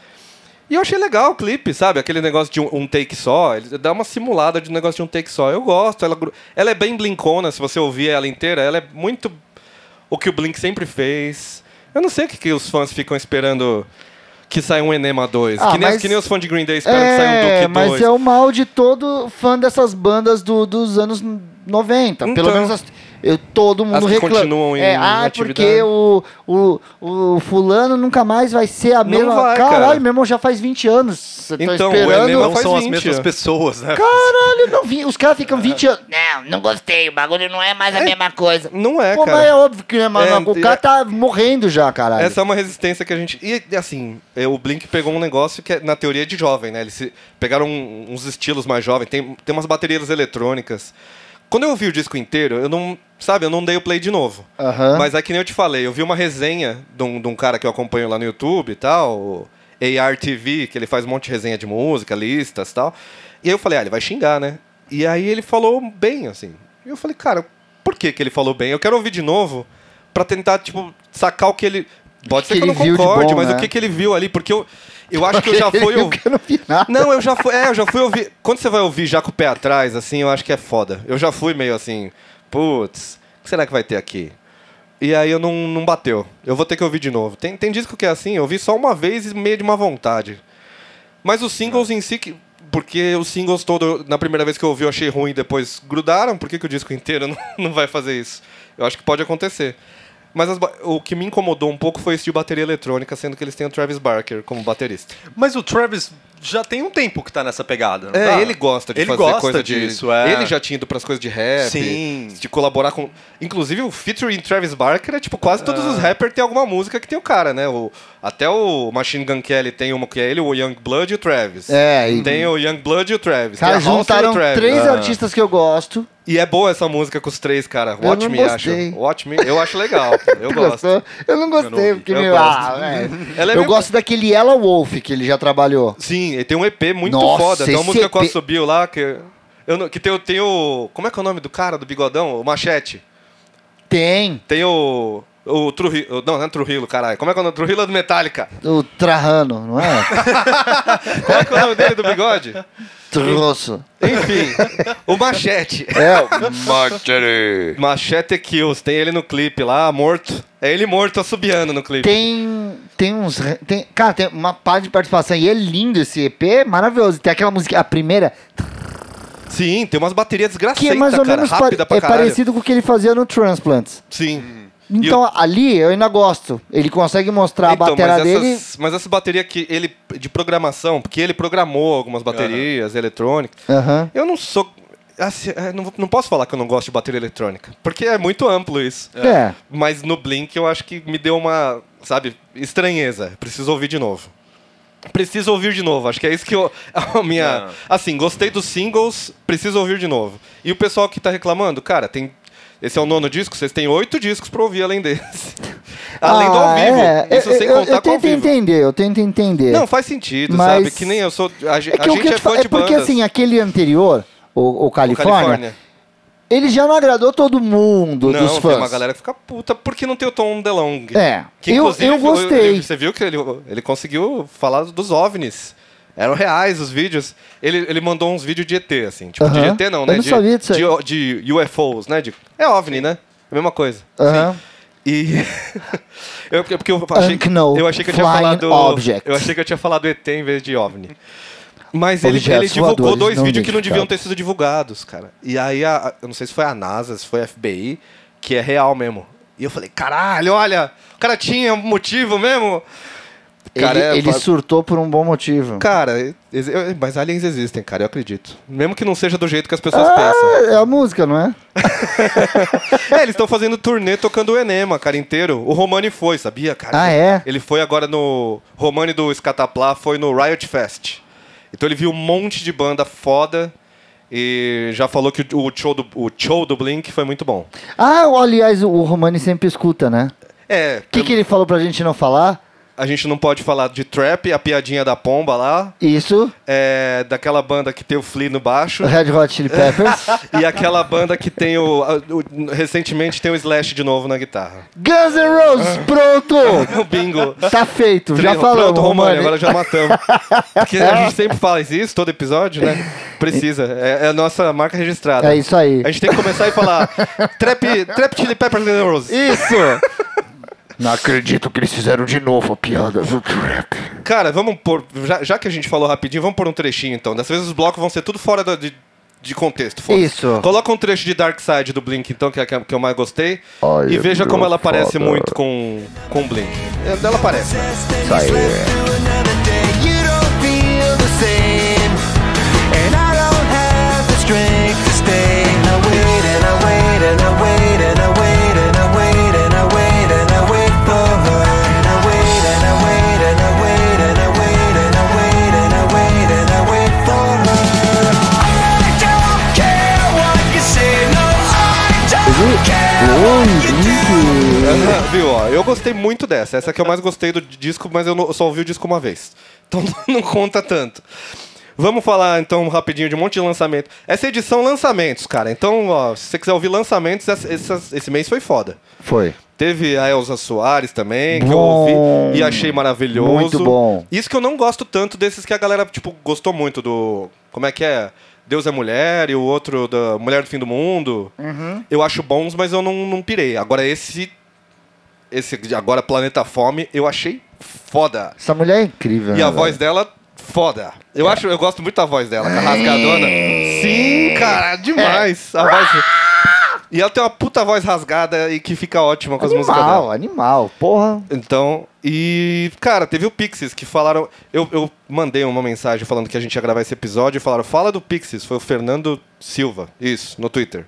Speaker 3: E eu achei legal o clipe, sabe? Aquele negócio de um, um take só, ele dá uma simulada de um negócio de um take só. Eu gosto, ela, gru- ela é bem blincona, se você ouvir ela inteira, ela é muito o que o Blink sempre fez. Eu não sei o que, que os fãs ficam esperando que saia um Enema 2.
Speaker 2: Ah,
Speaker 3: que, nem,
Speaker 2: mas-
Speaker 3: que nem os fãs de Green Day esperam que saia um
Speaker 2: É,
Speaker 3: Duke 2.
Speaker 2: mas é o mal de todo fã dessas bandas do- dos anos 90. Pelo
Speaker 3: Então.
Speaker 2: menos as- eu, todo mundo
Speaker 3: que
Speaker 2: reclama.
Speaker 3: continuam em
Speaker 2: é, ah,
Speaker 3: atividade.
Speaker 2: porque o, o, o fulano nunca mais vai ser a
Speaker 3: Não
Speaker 2: mesma.
Speaker 3: vai,
Speaker 2: Caralho,
Speaker 3: cara. meu
Speaker 2: meu irmão já faz 20 anos. Você tá
Speaker 3: Então, o
Speaker 2: esperando.
Speaker 3: Enema
Speaker 1: Não
Speaker 3: faz
Speaker 1: são as
Speaker 3: 20,
Speaker 1: mesmas
Speaker 3: ó.
Speaker 1: pessoas, né?
Speaker 2: Caralho, não vi. Os caras ficam 20 anos.
Speaker 4: Não, não gostei. O bagulho não é mais a mesma coisa.
Speaker 3: Não é,
Speaker 2: Pô,
Speaker 3: cara.
Speaker 2: mas é óbvio que não é, mano.
Speaker 3: É,
Speaker 2: o cara tá morrendo já, caralho.
Speaker 3: Essa é uma resistência que a gente. E assim, é, o Blink pegou um negócio que é, na teoria é de jovem, né? Eles se- pegaram um- uns estilos mais jovens, tem, tem umas baterias eletrônicas. Quando eu ouvi o disco inteiro, eu não. Sabe, eu não dei o play de novo.
Speaker 2: Aham.
Speaker 3: Mas é que nem eu te falei, eu vi uma resenha de um, de um cara que eu acompanho lá no YouTube e tal, o ARTV, que ele faz um monte de resenha de música, listas e tal. E aí eu falei, ah, ele vai xingar, né? E aí ele falou bem, assim. E eu falei, cara, por que, que ele falou bem? Eu quero ouvir de novo pra tentar, tipo, sacar o que ele. Pode ser
Speaker 2: que
Speaker 3: que, eu
Speaker 2: ele
Speaker 3: não
Speaker 2: viu de
Speaker 3: concorde,
Speaker 2: bom,
Speaker 3: mas
Speaker 2: né?
Speaker 3: o que, que ele viu ali, porque eu, eu acho que eu já fui.
Speaker 2: Eu
Speaker 3: Eu...
Speaker 2: não vi nada.
Speaker 3: Não, eu já fui. É, eu já fui ouvir. Quando você vai ouvir já com o pé atrás, assim, eu acho que é foda. Eu já fui meio assim, putz, o que será que vai ter aqui? E aí eu não, não bateu. Eu vou ter que ouvir de novo. Tem, tem disco que é assim, eu ouvi só uma vez e meio de uma vontade. Mas os singles em si, que- porque os singles todo, na primeira vez que eu ouvi, eu achei ruim e depois grudaram, por que, que o disco inteiro não, não vai fazer isso? Eu acho que pode acontecer. Mas as ba- o que me incomodou um pouco foi esse de bateria eletrônica, sendo que eles têm o Travis Barker como baterista.
Speaker 1: Mas o Travis já tem um tempo que tá nessa pegada, não
Speaker 3: É,
Speaker 2: Ah,
Speaker 1: tá?
Speaker 3: ele gosta de
Speaker 1: Ele
Speaker 3: fazer
Speaker 1: gosta
Speaker 3: coisa
Speaker 1: disso,
Speaker 3: de...
Speaker 1: é.
Speaker 3: Ele já tinha ido pras coisas de rap,
Speaker 1: Sim.
Speaker 3: de colaborar com... Inclusive, o featuring Travis Barker é, tipo, quase todos os
Speaker 2: Ah.
Speaker 3: rappers tem alguma música que tem o cara, né? O... Até o Machine Gun Kelly tem uma que é ele, o Young Blood e o Travis.
Speaker 2: É, e-
Speaker 3: Tem o Young Blood e o Travis.
Speaker 2: Cara,
Speaker 3: tem a Halsey e
Speaker 2: Tá, juntaram
Speaker 3: o Travis.
Speaker 2: três
Speaker 1: Ah.
Speaker 2: artistas que eu gosto.
Speaker 3: E é boa essa música com os três, cara.
Speaker 2: Eu
Speaker 3: Watch
Speaker 2: não
Speaker 3: Me,
Speaker 2: gostei.
Speaker 3: acho. Watch Me, eu acho legal. Eu
Speaker 2: Tu
Speaker 3: gosto.
Speaker 2: gostou? Eu não
Speaker 1: Eu
Speaker 2: gostei,
Speaker 1: não ouvi.
Speaker 2: porque
Speaker 1: Eu
Speaker 2: meu.
Speaker 1: gosto.
Speaker 2: Ah, velho.
Speaker 3: Ela é
Speaker 2: eu
Speaker 3: meio-
Speaker 2: gosto daquele Ella Wolf que ele já trabalhou.
Speaker 3: Sim, ele tem um EP muito
Speaker 2: Nossa,
Speaker 3: foda. Tem uma
Speaker 2: esse
Speaker 3: música com a
Speaker 2: EP
Speaker 3: Subiu lá, que... Eu não- que tem, o- tem o... Como é que é o nome do cara, do bigodão? O Machete.
Speaker 2: Tem
Speaker 3: Tem o. O Trujillo. Não, não é Trujillo, caralho. Como é que é o nome? Trujillo é do Metallica.
Speaker 2: o Trajano, não é?
Speaker 3: Como é que é o nome dele do bigode?
Speaker 2: Troço.
Speaker 3: Enfim, o Machete.
Speaker 2: É, o-
Speaker 3: Machete Kills. Tem ele no clipe lá, morto. É ele morto assobiando no clipe.
Speaker 2: tem. Tem uns. re- Tem, cara, tem uma parte de participação. E é lindo esse EP, é maravilhoso. Tem aquela música, a primeira,
Speaker 3: Sim, tem umas baterias desgraçadas,
Speaker 2: que é mais ou
Speaker 3: cara.
Speaker 2: menos pare-
Speaker 3: rápida pra
Speaker 2: é
Speaker 3: caralho.
Speaker 2: parecido com o que ele fazia no Transplants.
Speaker 3: Sim. E
Speaker 2: Então, ali eu ainda gosto. Ele consegue mostrar a bateria
Speaker 3: Então, mas
Speaker 2: dele.
Speaker 3: Essas, mas essa bateria que ele. de programação, porque ele programou algumas baterias eletrônicas.
Speaker 2: Aham.
Speaker 3: Eu não sou. assim, é, não, vou- não posso falar que eu não gosto de bateria eletrônica. Porque é muito amplo isso.
Speaker 2: É.
Speaker 3: Mas no Blink eu acho que me deu uma, sabe, estranheza. Preciso ouvir de novo. Preciso ouvir de novo. Acho que é isso que eu. A minha.
Speaker 1: Não.
Speaker 3: Assim, gostei dos singles, preciso ouvir de novo. E o pessoal que tá reclamando, cara, tem. Esse é o nono disco, vocês têm oito discos pra ouvir além desse. além do ao
Speaker 2: Ah,
Speaker 3: vivo.
Speaker 2: é.
Speaker 3: Isso
Speaker 2: eu,
Speaker 3: sem
Speaker 2: eu- eu
Speaker 3: contar com o ao
Speaker 2: tento
Speaker 3: vivo.
Speaker 2: entender, eu tento entender.
Speaker 3: Não, faz sentido,
Speaker 2: Mas-
Speaker 3: sabe? Que nem eu sou. A, ge-
Speaker 2: é
Speaker 3: a
Speaker 2: que o
Speaker 3: gente
Speaker 2: que eu
Speaker 3: é
Speaker 2: te falo,
Speaker 3: fã
Speaker 2: é
Speaker 3: de
Speaker 2: porque
Speaker 3: bandas.
Speaker 2: assim, aquele anterior, o, o
Speaker 3: O
Speaker 2: Califórnia,
Speaker 3: Califórnia.
Speaker 2: ele já não agradou todo mundo
Speaker 3: Não,
Speaker 2: dos
Speaker 3: tem
Speaker 2: fãs.
Speaker 3: uma galera que fica puta porque não tem o Tom DeLonge.
Speaker 2: É,
Speaker 3: Que,
Speaker 2: eu,
Speaker 3: inclusive,
Speaker 2: eu gostei.
Speaker 3: ele- você viu que ele, ele conseguiu falar dos OVNIs. Eram reais os vídeos. Ele, ele mandou uns vídeos de ET, assim. Tipo, de
Speaker 2: Aham.
Speaker 3: ET não,
Speaker 2: Eu
Speaker 3: né?
Speaker 2: não
Speaker 3: de,
Speaker 2: sabia disso aí.
Speaker 3: de, de UFOs, né? De, é OVNI, né? A mesma coisa.
Speaker 2: Aham.
Speaker 3: assim, E. eu, porque- porque eu achei, que-
Speaker 2: Unknown
Speaker 3: eu achei que eu tinha
Speaker 2: flying
Speaker 3: falado.
Speaker 2: objects.
Speaker 3: Eu achei que eu tinha falado ET em vez de OVNI. Mas ele,
Speaker 2: Objetos
Speaker 3: ele divulgou
Speaker 2: voadores
Speaker 3: dois
Speaker 2: não
Speaker 3: vídeos que não deviam
Speaker 2: identificados.
Speaker 3: ter sido divulgados, cara. E aí, a- eu não sei se foi a NASA, se foi a FBI, que é real mesmo. E eu falei, caralho, olha, o cara tinha um motivo mesmo.
Speaker 2: ele
Speaker 3: é,
Speaker 2: ele
Speaker 3: fa-
Speaker 2: surtou por um bom motivo.
Speaker 3: Cara, ex- eu- mas aliens existem, cara, eu acredito. Mesmo que não seja do jeito que as pessoas pensam.
Speaker 2: Ah, é a música, não é?
Speaker 3: É, eles estão fazendo turnê tocando o Enema, cara, inteiro. O Romani foi, sabia, cara?
Speaker 2: Ah, é?
Speaker 3: Ele foi agora no. Romani do Escataplá foi no Riot Fest. Então ele viu um monte de banda foda. E já falou que o show do, o show do Blink foi muito bom.
Speaker 2: Ah, o- aliás, o Romani sempre escuta, né?
Speaker 3: É,
Speaker 2: O que, que ele falou pra gente não falar?
Speaker 3: a gente não pode falar de trap, a piadinha da pomba lá.
Speaker 2: Isso,
Speaker 3: É, daquela banda que tem o Flea no baixo.
Speaker 2: Red Hot Chili Peppers.
Speaker 3: e aquela banda que tem o, a- o- Recentemente tem o Slash de novo na guitarra.
Speaker 2: Guns N' Roses, pronto!
Speaker 3: O bingo.
Speaker 2: Tá feito, já
Speaker 3: Treino.
Speaker 2: falou,
Speaker 3: Pronto, Romani,
Speaker 2: Romani.
Speaker 3: agora já matamos. Porque a gente sempre fala isso, todo episódio, né? Precisa. É, é a nossa marca registrada.
Speaker 2: É isso aí.
Speaker 3: tá. A gente tem que começar e falar Trap, trap Chili Peppers and Rose.
Speaker 2: Isso!
Speaker 5: Não acredito que eles fizeram de novo a piada do trap.
Speaker 3: Cara, vamos pôr. Já, já que a gente falou rapidinho, vamos pôr um trechinho então. Dessa vez os blocos vão ser tudo fora da- de, de contexto. foda-se.
Speaker 2: Isso.
Speaker 3: Coloca um trecho de Dark Side do Blink, então, que é a que eu mais gostei.
Speaker 5: Ai,
Speaker 3: e veja como
Speaker 5: meu
Speaker 3: ela parece
Speaker 5: foda.
Speaker 3: muito com com o Blink. É, Ela parece.
Speaker 5: Isso aí.
Speaker 3: Ah, Viu, ó, eu gostei muito dessa. Essa que eu mais gostei do disco, mas eu, não- eu só ouvi o disco uma vez. Então não conta tanto. Vamos falar então rapidinho de um monte de lançamento. Essa edição lançamentos, cara. Então, ó, se você quiser ouvir lançamentos, essa- essas- esse mês foi foda.
Speaker 2: Foi.
Speaker 3: Teve a Elza Soares também, que eu
Speaker 2: Bom.
Speaker 3: ouvi e achei maravilhoso.
Speaker 2: Muito bom.
Speaker 3: Isso que eu não gosto tanto desses que a galera, tipo, gostou muito do. Como é que é? Deus é Mulher e o outro da Mulher do Fim do Mundo.
Speaker 2: Uhum.
Speaker 3: Eu acho bons, mas eu não, não pirei. Agora esse. Esse de agora Planeta Fome, eu achei foda.
Speaker 2: Essa mulher é incrível.
Speaker 3: E
Speaker 2: né,
Speaker 3: a
Speaker 2: velho?
Speaker 3: voz dela, foda. Eu
Speaker 2: É.
Speaker 3: acho, eu gosto muito da voz dela, com a rasgadona. Sim, cara, demais.
Speaker 2: É.
Speaker 3: A voz. E ela tem uma puta voz rasgada e que fica ótima com as músicas dela.
Speaker 2: Animal, animal, porra.
Speaker 3: Então, e, cara, teve o Pixies que falaram. Eu, eu mandei uma mensagem falando que a gente ia gravar esse episódio e falaram: fala do Pixies. Foi o Fernando Silva, isso, no Twitter.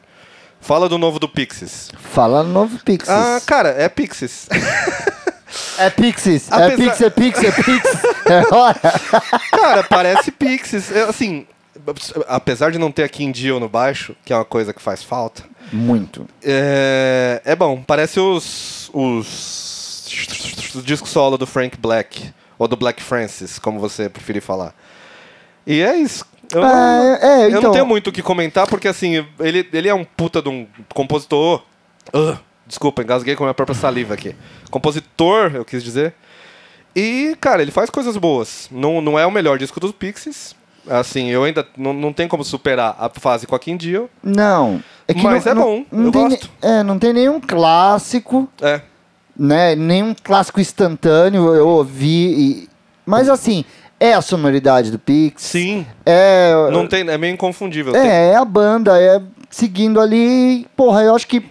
Speaker 3: Fala do novo do Pixies.
Speaker 2: Fala no novo Pixies.
Speaker 3: Ah, cara, é Pixies.
Speaker 2: é Pixies, é
Speaker 3: Apesar-
Speaker 2: Pixies, é Pixies, é Pixies. É hora.
Speaker 3: cara, parece Pixies. É, assim, apesar de não ter aqui em Dio no baixo, que é uma coisa que faz falta,
Speaker 2: Muito.
Speaker 3: é, é bom. Parece os, os. O disco solo do Frank Black. Ou do Black Francis, como você preferir falar. E é isso. Eu,
Speaker 2: Ah, é, é,
Speaker 3: eu
Speaker 2: então-
Speaker 3: não tenho muito o que comentar, porque assim, ele, ele é um puta de um compositor. Ugh, desculpa, engasguei com a minha própria saliva aqui. Compositor, eu quis dizer. E, cara, ele faz coisas boas. Não, não é o melhor disco dos Pixies. Assim, eu ainda não, não tem como superar a fase com a Kim Deal.
Speaker 2: Não. É que
Speaker 3: Mas
Speaker 2: não,
Speaker 3: é
Speaker 2: não-
Speaker 3: bom,
Speaker 2: não
Speaker 3: eu
Speaker 2: tem, ne-
Speaker 3: gosto.
Speaker 2: É, não tem nenhum clássico,
Speaker 3: É,
Speaker 2: né? Nenhum clássico instantâneo eu ouvi. e- Mas assim, é a sonoridade do Pix.
Speaker 3: Sim.
Speaker 2: É,
Speaker 3: Não tem, é meio inconfundível. Tem-
Speaker 2: é, é a banda, é seguindo ali. Porra, eu acho que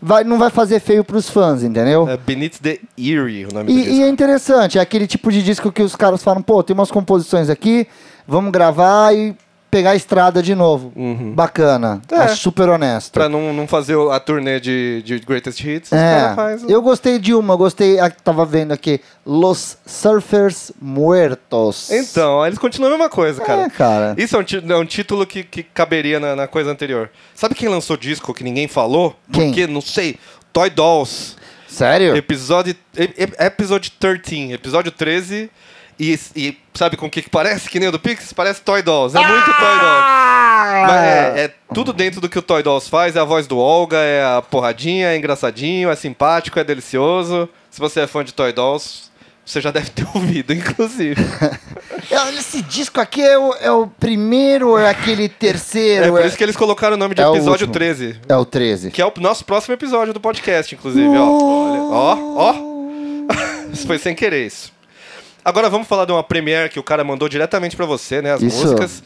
Speaker 2: vai, não vai fazer feio pros fãs, entendeu?
Speaker 3: É Beneath the Eerie o nome do
Speaker 2: E,
Speaker 3: disco.
Speaker 2: e é interessante, é aquele tipo de disco que os caras falam, pô, tem umas composições aqui, vamos gravar e pegar a estrada de novo. Bacana.
Speaker 3: É.
Speaker 2: Acho super honesto.
Speaker 3: Pra não, não fazer o- a turnê de, de Greatest Hits, os
Speaker 2: É,
Speaker 3: caras fazem.
Speaker 2: eu gostei de uma, eu gostei, a, tava vendo aqui, Los Surfers Muertos.
Speaker 3: Então, eles continuam a mesma coisa, cara.
Speaker 2: É, cara.
Speaker 3: Isso é um, ti- é um título que, que caberia na, na coisa anterior. Sabe quem lançou disco que ninguém falou?
Speaker 2: Quem?
Speaker 3: Porque, não sei, Toy Dolls.
Speaker 2: Sério?
Speaker 3: Episódio, ep- ep- episode 13, episódio 13. E, e sabe com o que, que parece? Que nem o do Pix? Parece Toy Dolls. É muito Toy Dolls.
Speaker 2: Ah!
Speaker 3: Mas é, é tudo dentro do que o Toy Dolls faz. É a voz do Olga, é a porradinha, é engraçadinho, é simpático, é delicioso. Se você é fã de Toy Dolls, você já deve ter ouvido, inclusive.
Speaker 2: É, Esse disco aqui é o, é o primeiro ou é aquele
Speaker 3: É
Speaker 2: terceiro?
Speaker 3: por isso que eles colocaram o nome de
Speaker 2: É o
Speaker 3: episódio
Speaker 2: último.
Speaker 3: 13.
Speaker 2: É o 13.
Speaker 3: Que é o nosso próximo episódio do podcast, inclusive. Ó, olha, ó, ó. isso foi sem querer isso. Agora vamos falar de uma premiere que o cara mandou diretamente pra você, né? As
Speaker 2: Isso.
Speaker 3: músicas.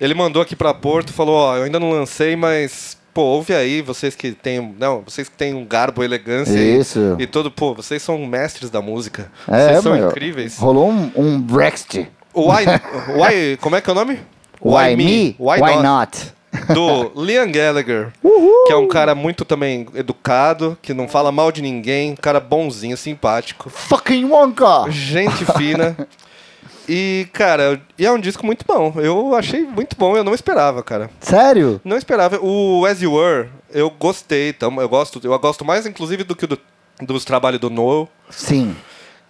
Speaker 3: Ele mandou aqui pra Porto, falou, ó, eu ainda não lancei, mas pô, ouve aí, vocês que têm. Não, vocês que têm um garbo, elegância. e-
Speaker 2: Isso.
Speaker 3: E, todo, pô, vocês são mestres da música.
Speaker 2: É,
Speaker 3: vocês são
Speaker 2: meu,
Speaker 3: incríveis.
Speaker 2: Rolou um, um Brexit.
Speaker 3: Why, why. Como é que é o nome?
Speaker 2: Why, me?
Speaker 3: Why, not?
Speaker 2: not?
Speaker 3: Do Liam Gallagher. Que é um cara muito também educado, que não fala mal de ninguém, um cara bonzinho, simpático.
Speaker 2: Fucking Wonka!
Speaker 3: Gente fina. E, cara, e é um disco muito bom. Eu achei muito bom, eu não esperava, cara.
Speaker 2: Sério?
Speaker 3: Não esperava. O As You Were, eu gostei. Tam, eu, gosto, eu gosto mais, inclusive, do que do, dos trabalhos do Noel.
Speaker 2: Sim.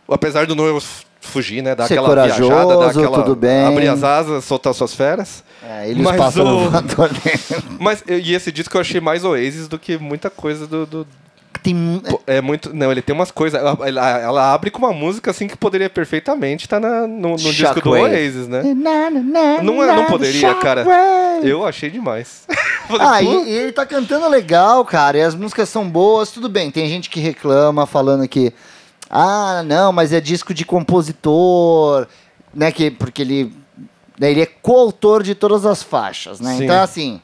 Speaker 3: Apesar do Noel f- fugir, né? Dar
Speaker 2: Ser
Speaker 3: aquela
Speaker 2: corajoso,
Speaker 3: viajada, dar aquela...
Speaker 2: tudo bem.
Speaker 3: Abrir as asas, soltar suas feras.
Speaker 2: É, ele os
Speaker 3: Mas
Speaker 2: pássaros
Speaker 3: o-
Speaker 2: voador dele.
Speaker 3: Mas, e esse disco eu achei mais Oasis do que muita coisa do... do-
Speaker 2: Tem-
Speaker 3: pô, é muito... Não, ele tem umas coisas... Ela, ela- ela abre com uma música, assim, que poderia perfeitamente estar na- no, no disco do
Speaker 2: Shockwave.
Speaker 3: Oasis, né?
Speaker 2: Na, na, na,
Speaker 3: Não, é-
Speaker 2: na,
Speaker 3: não poderia, cara.
Speaker 2: shockwave.
Speaker 3: Eu achei demais. Falei,
Speaker 2: Ah,
Speaker 3: "Pô,
Speaker 2: e, e ele tá cantando legal, cara, e as músicas são boas, tudo bem. Tem gente que reclama falando que, ah, não, mas é disco de compositor, né, que, porque ele, né, ele é coautor de todas as faixas, né?
Speaker 3: Sim.
Speaker 2: Então, assim,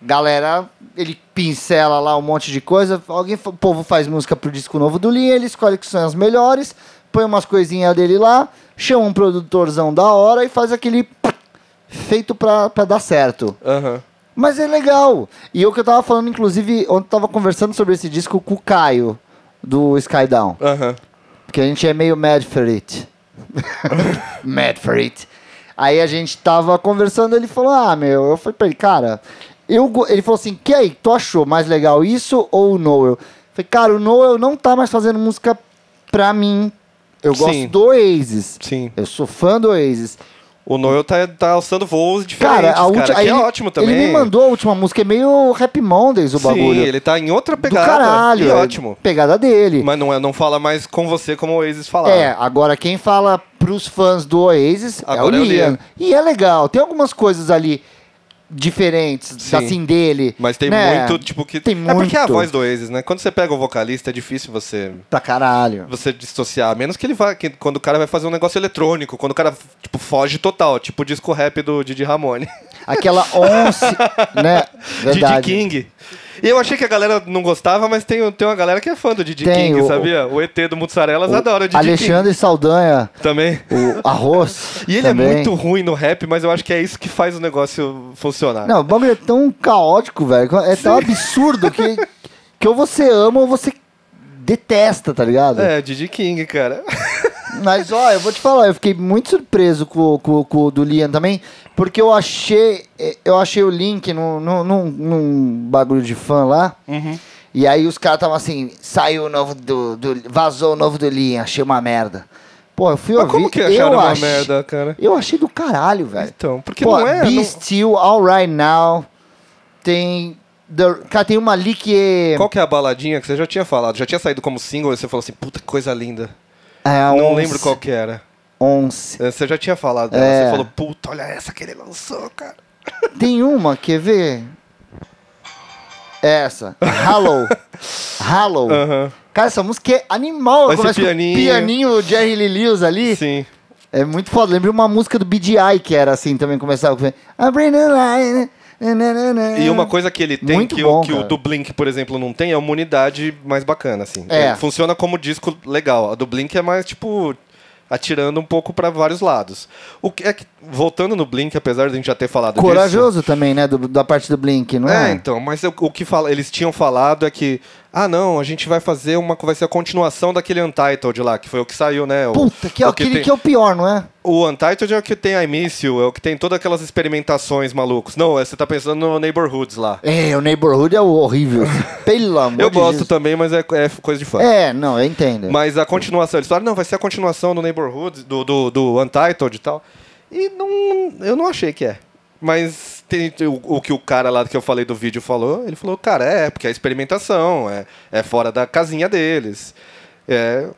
Speaker 2: galera, ele pincela lá um monte de coisa, alguém, fa- o povo faz música pro disco novo do Lee, ele escolhe que são as melhores, põe umas coisinhas dele lá, chama um produtorzão da hora e faz aquele... Feito pra, pra dar certo.
Speaker 3: Aham.
Speaker 2: Mas é legal. E o que eu tava falando, inclusive, ontem eu tava conversando sobre esse disco com o Caio, do Skydown.
Speaker 3: Aham.
Speaker 2: Porque a gente é meio mad for it. mad for it. Aí a gente tava conversando, ele falou, ah, meu, eu falei pra ele, cara, eu go-" ele falou assim, que aí, tu achou mais legal isso ou o Noel? Eu falei, cara, o Noel não tá mais fazendo música pra mim. Eu gosto
Speaker 3: Sim.
Speaker 2: do Oasis.
Speaker 3: Sim.
Speaker 2: Eu sou fã do Oasis.
Speaker 3: O Noel tá, tá alçando voos diferentes,
Speaker 2: Cara,
Speaker 3: cara.
Speaker 2: a última.
Speaker 3: que
Speaker 2: aí
Speaker 3: é
Speaker 2: ele-
Speaker 3: ótimo também.
Speaker 2: Ele me mandou a última música, é meio Happy Mondays o bagulho.
Speaker 3: Sim, ele tá em outra
Speaker 2: do
Speaker 3: pegada.
Speaker 2: caralho.
Speaker 3: E
Speaker 2: é
Speaker 3: ótimo.
Speaker 2: Pegada dele.
Speaker 3: Mas não, é- não fala mais com você como o Oasis falava.
Speaker 2: É, agora quem fala pros fãs do Oasis
Speaker 3: Agora
Speaker 2: é
Speaker 3: é
Speaker 2: o
Speaker 3: o
Speaker 2: Liam.
Speaker 3: Liam.
Speaker 2: E é legal, tem algumas coisas ali diferentes,
Speaker 3: Sim.
Speaker 2: assim, dele.
Speaker 3: Mas tem
Speaker 2: né?
Speaker 3: muito, tipo, que.
Speaker 2: Tem
Speaker 3: É porque é a
Speaker 2: muito.
Speaker 3: voz do Oasis, né? Quando você pega o vocalista, é difícil você.
Speaker 2: Pra caralho.
Speaker 3: Você dissociar, a menos que ele vá. Que quando o cara vai fazer um negócio eletrônico, quando o cara, tipo, foge total, tipo o disco rap do Didi Ramone.
Speaker 2: Aquela once, né?
Speaker 3: Didi
Speaker 2: Verdade.
Speaker 3: King. E eu achei que a galera não gostava, mas tem, tem uma galera que é fã do Didi
Speaker 2: Tem,
Speaker 3: King,
Speaker 2: o-
Speaker 3: sabia? O ET do Mussarelas adora o Didi
Speaker 2: Alexandre Saldanha,
Speaker 3: King também.
Speaker 2: o Arroz.
Speaker 3: E ele
Speaker 2: também.
Speaker 3: é muito ruim no rap, mas eu acho que é isso que faz o negócio funcionar.
Speaker 2: Não, o bagulho é tão caótico, velho. É tão absurdo que, que ou você ama ou você detesta, tá ligado?
Speaker 3: É, Didi King, cara.
Speaker 2: Mas, ó, eu vou te falar, eu fiquei muito surpreso com, o- com, o- com o do Liam também, porque eu achei eu achei o link num, num, num, num bagulho de fã lá,
Speaker 3: Uhum.
Speaker 2: e aí os caras estavam assim, saiu o novo do, do- vazou o novo do Liam, achei uma merda. Pô, eu fui
Speaker 3: Mas
Speaker 2: ouvir,
Speaker 3: como que acharam
Speaker 2: eu
Speaker 3: uma
Speaker 2: achei-
Speaker 3: merda, cara?
Speaker 2: Eu achei do caralho, velho.
Speaker 3: Então, porque
Speaker 2: Pô,
Speaker 3: não é.
Speaker 2: Be
Speaker 3: não-
Speaker 2: Still, All Right Now, tem... The, cara, tem uma ali que...
Speaker 3: Qual que é a baladinha que você já tinha falado? Já tinha saído como single e você falou assim, puta que coisa linda.
Speaker 2: é,
Speaker 3: não
Speaker 2: Once-
Speaker 3: lembro qual que era.
Speaker 2: Once.
Speaker 3: É, Você já tinha falado dela.
Speaker 2: É.
Speaker 3: Você falou, puta, olha essa que ele lançou, cara.
Speaker 2: Tem uma, quer ver? É Essa. Hello. Hello.
Speaker 3: Aham.
Speaker 2: Cara, essa música é animal.
Speaker 3: Esse
Speaker 2: Começa com o
Speaker 3: pianinho.
Speaker 2: pianinho do Jerry Lee Lewis ali.
Speaker 3: Sim.
Speaker 2: É muito foda. Lembra uma música do BDI que era assim também, começava com... I bring the light, na, na, na, na.
Speaker 3: E uma coisa que ele tem,
Speaker 2: é Muito
Speaker 3: que,
Speaker 2: bom,
Speaker 3: o, que o
Speaker 2: cara.
Speaker 3: do Blink, por exemplo, não tem, é uma unidade mais bacana, assim.
Speaker 2: É.
Speaker 3: Ele Funciona como disco legal. A do Blink é mais, tipo, atirando um pouco pra vários lados. O que é que, voltando no Blink, apesar de a gente já ter falado disso...
Speaker 2: Corajoso também, né? do- da parte do Blink, não é?
Speaker 3: É, então, mas o, o que fala- eles tinham falado é que, ah, não, a gente vai fazer uma, vai ser a continuação daquele Untitled lá, que foi o que saiu, né? O,
Speaker 2: Puta, que é
Speaker 3: o
Speaker 2: aquele
Speaker 3: tem-
Speaker 2: que é o pior, não é?
Speaker 3: o Untitled é o que tem I Miss You, é o que tem todas aquelas experimentações malucos. Não, você tá pensando no Neighborhoods lá.
Speaker 2: É, o Neighborhood é o horrível. Pelo amor
Speaker 3: Eu
Speaker 2: de
Speaker 3: gosto
Speaker 2: Jesus.
Speaker 3: também, mas é, é coisa de fã.
Speaker 2: É, não, eu entendo.
Speaker 3: Mas a continuação, eles falaram, não, vai ser a continuação do Neighborhood, do, do, do Untitled e tal. E não, eu não achei que é. Mas tem, tem o, o que o cara lá que eu falei do vídeo falou, ele falou, cara, é, porque é experimentação, é, é fora da casinha deles. É.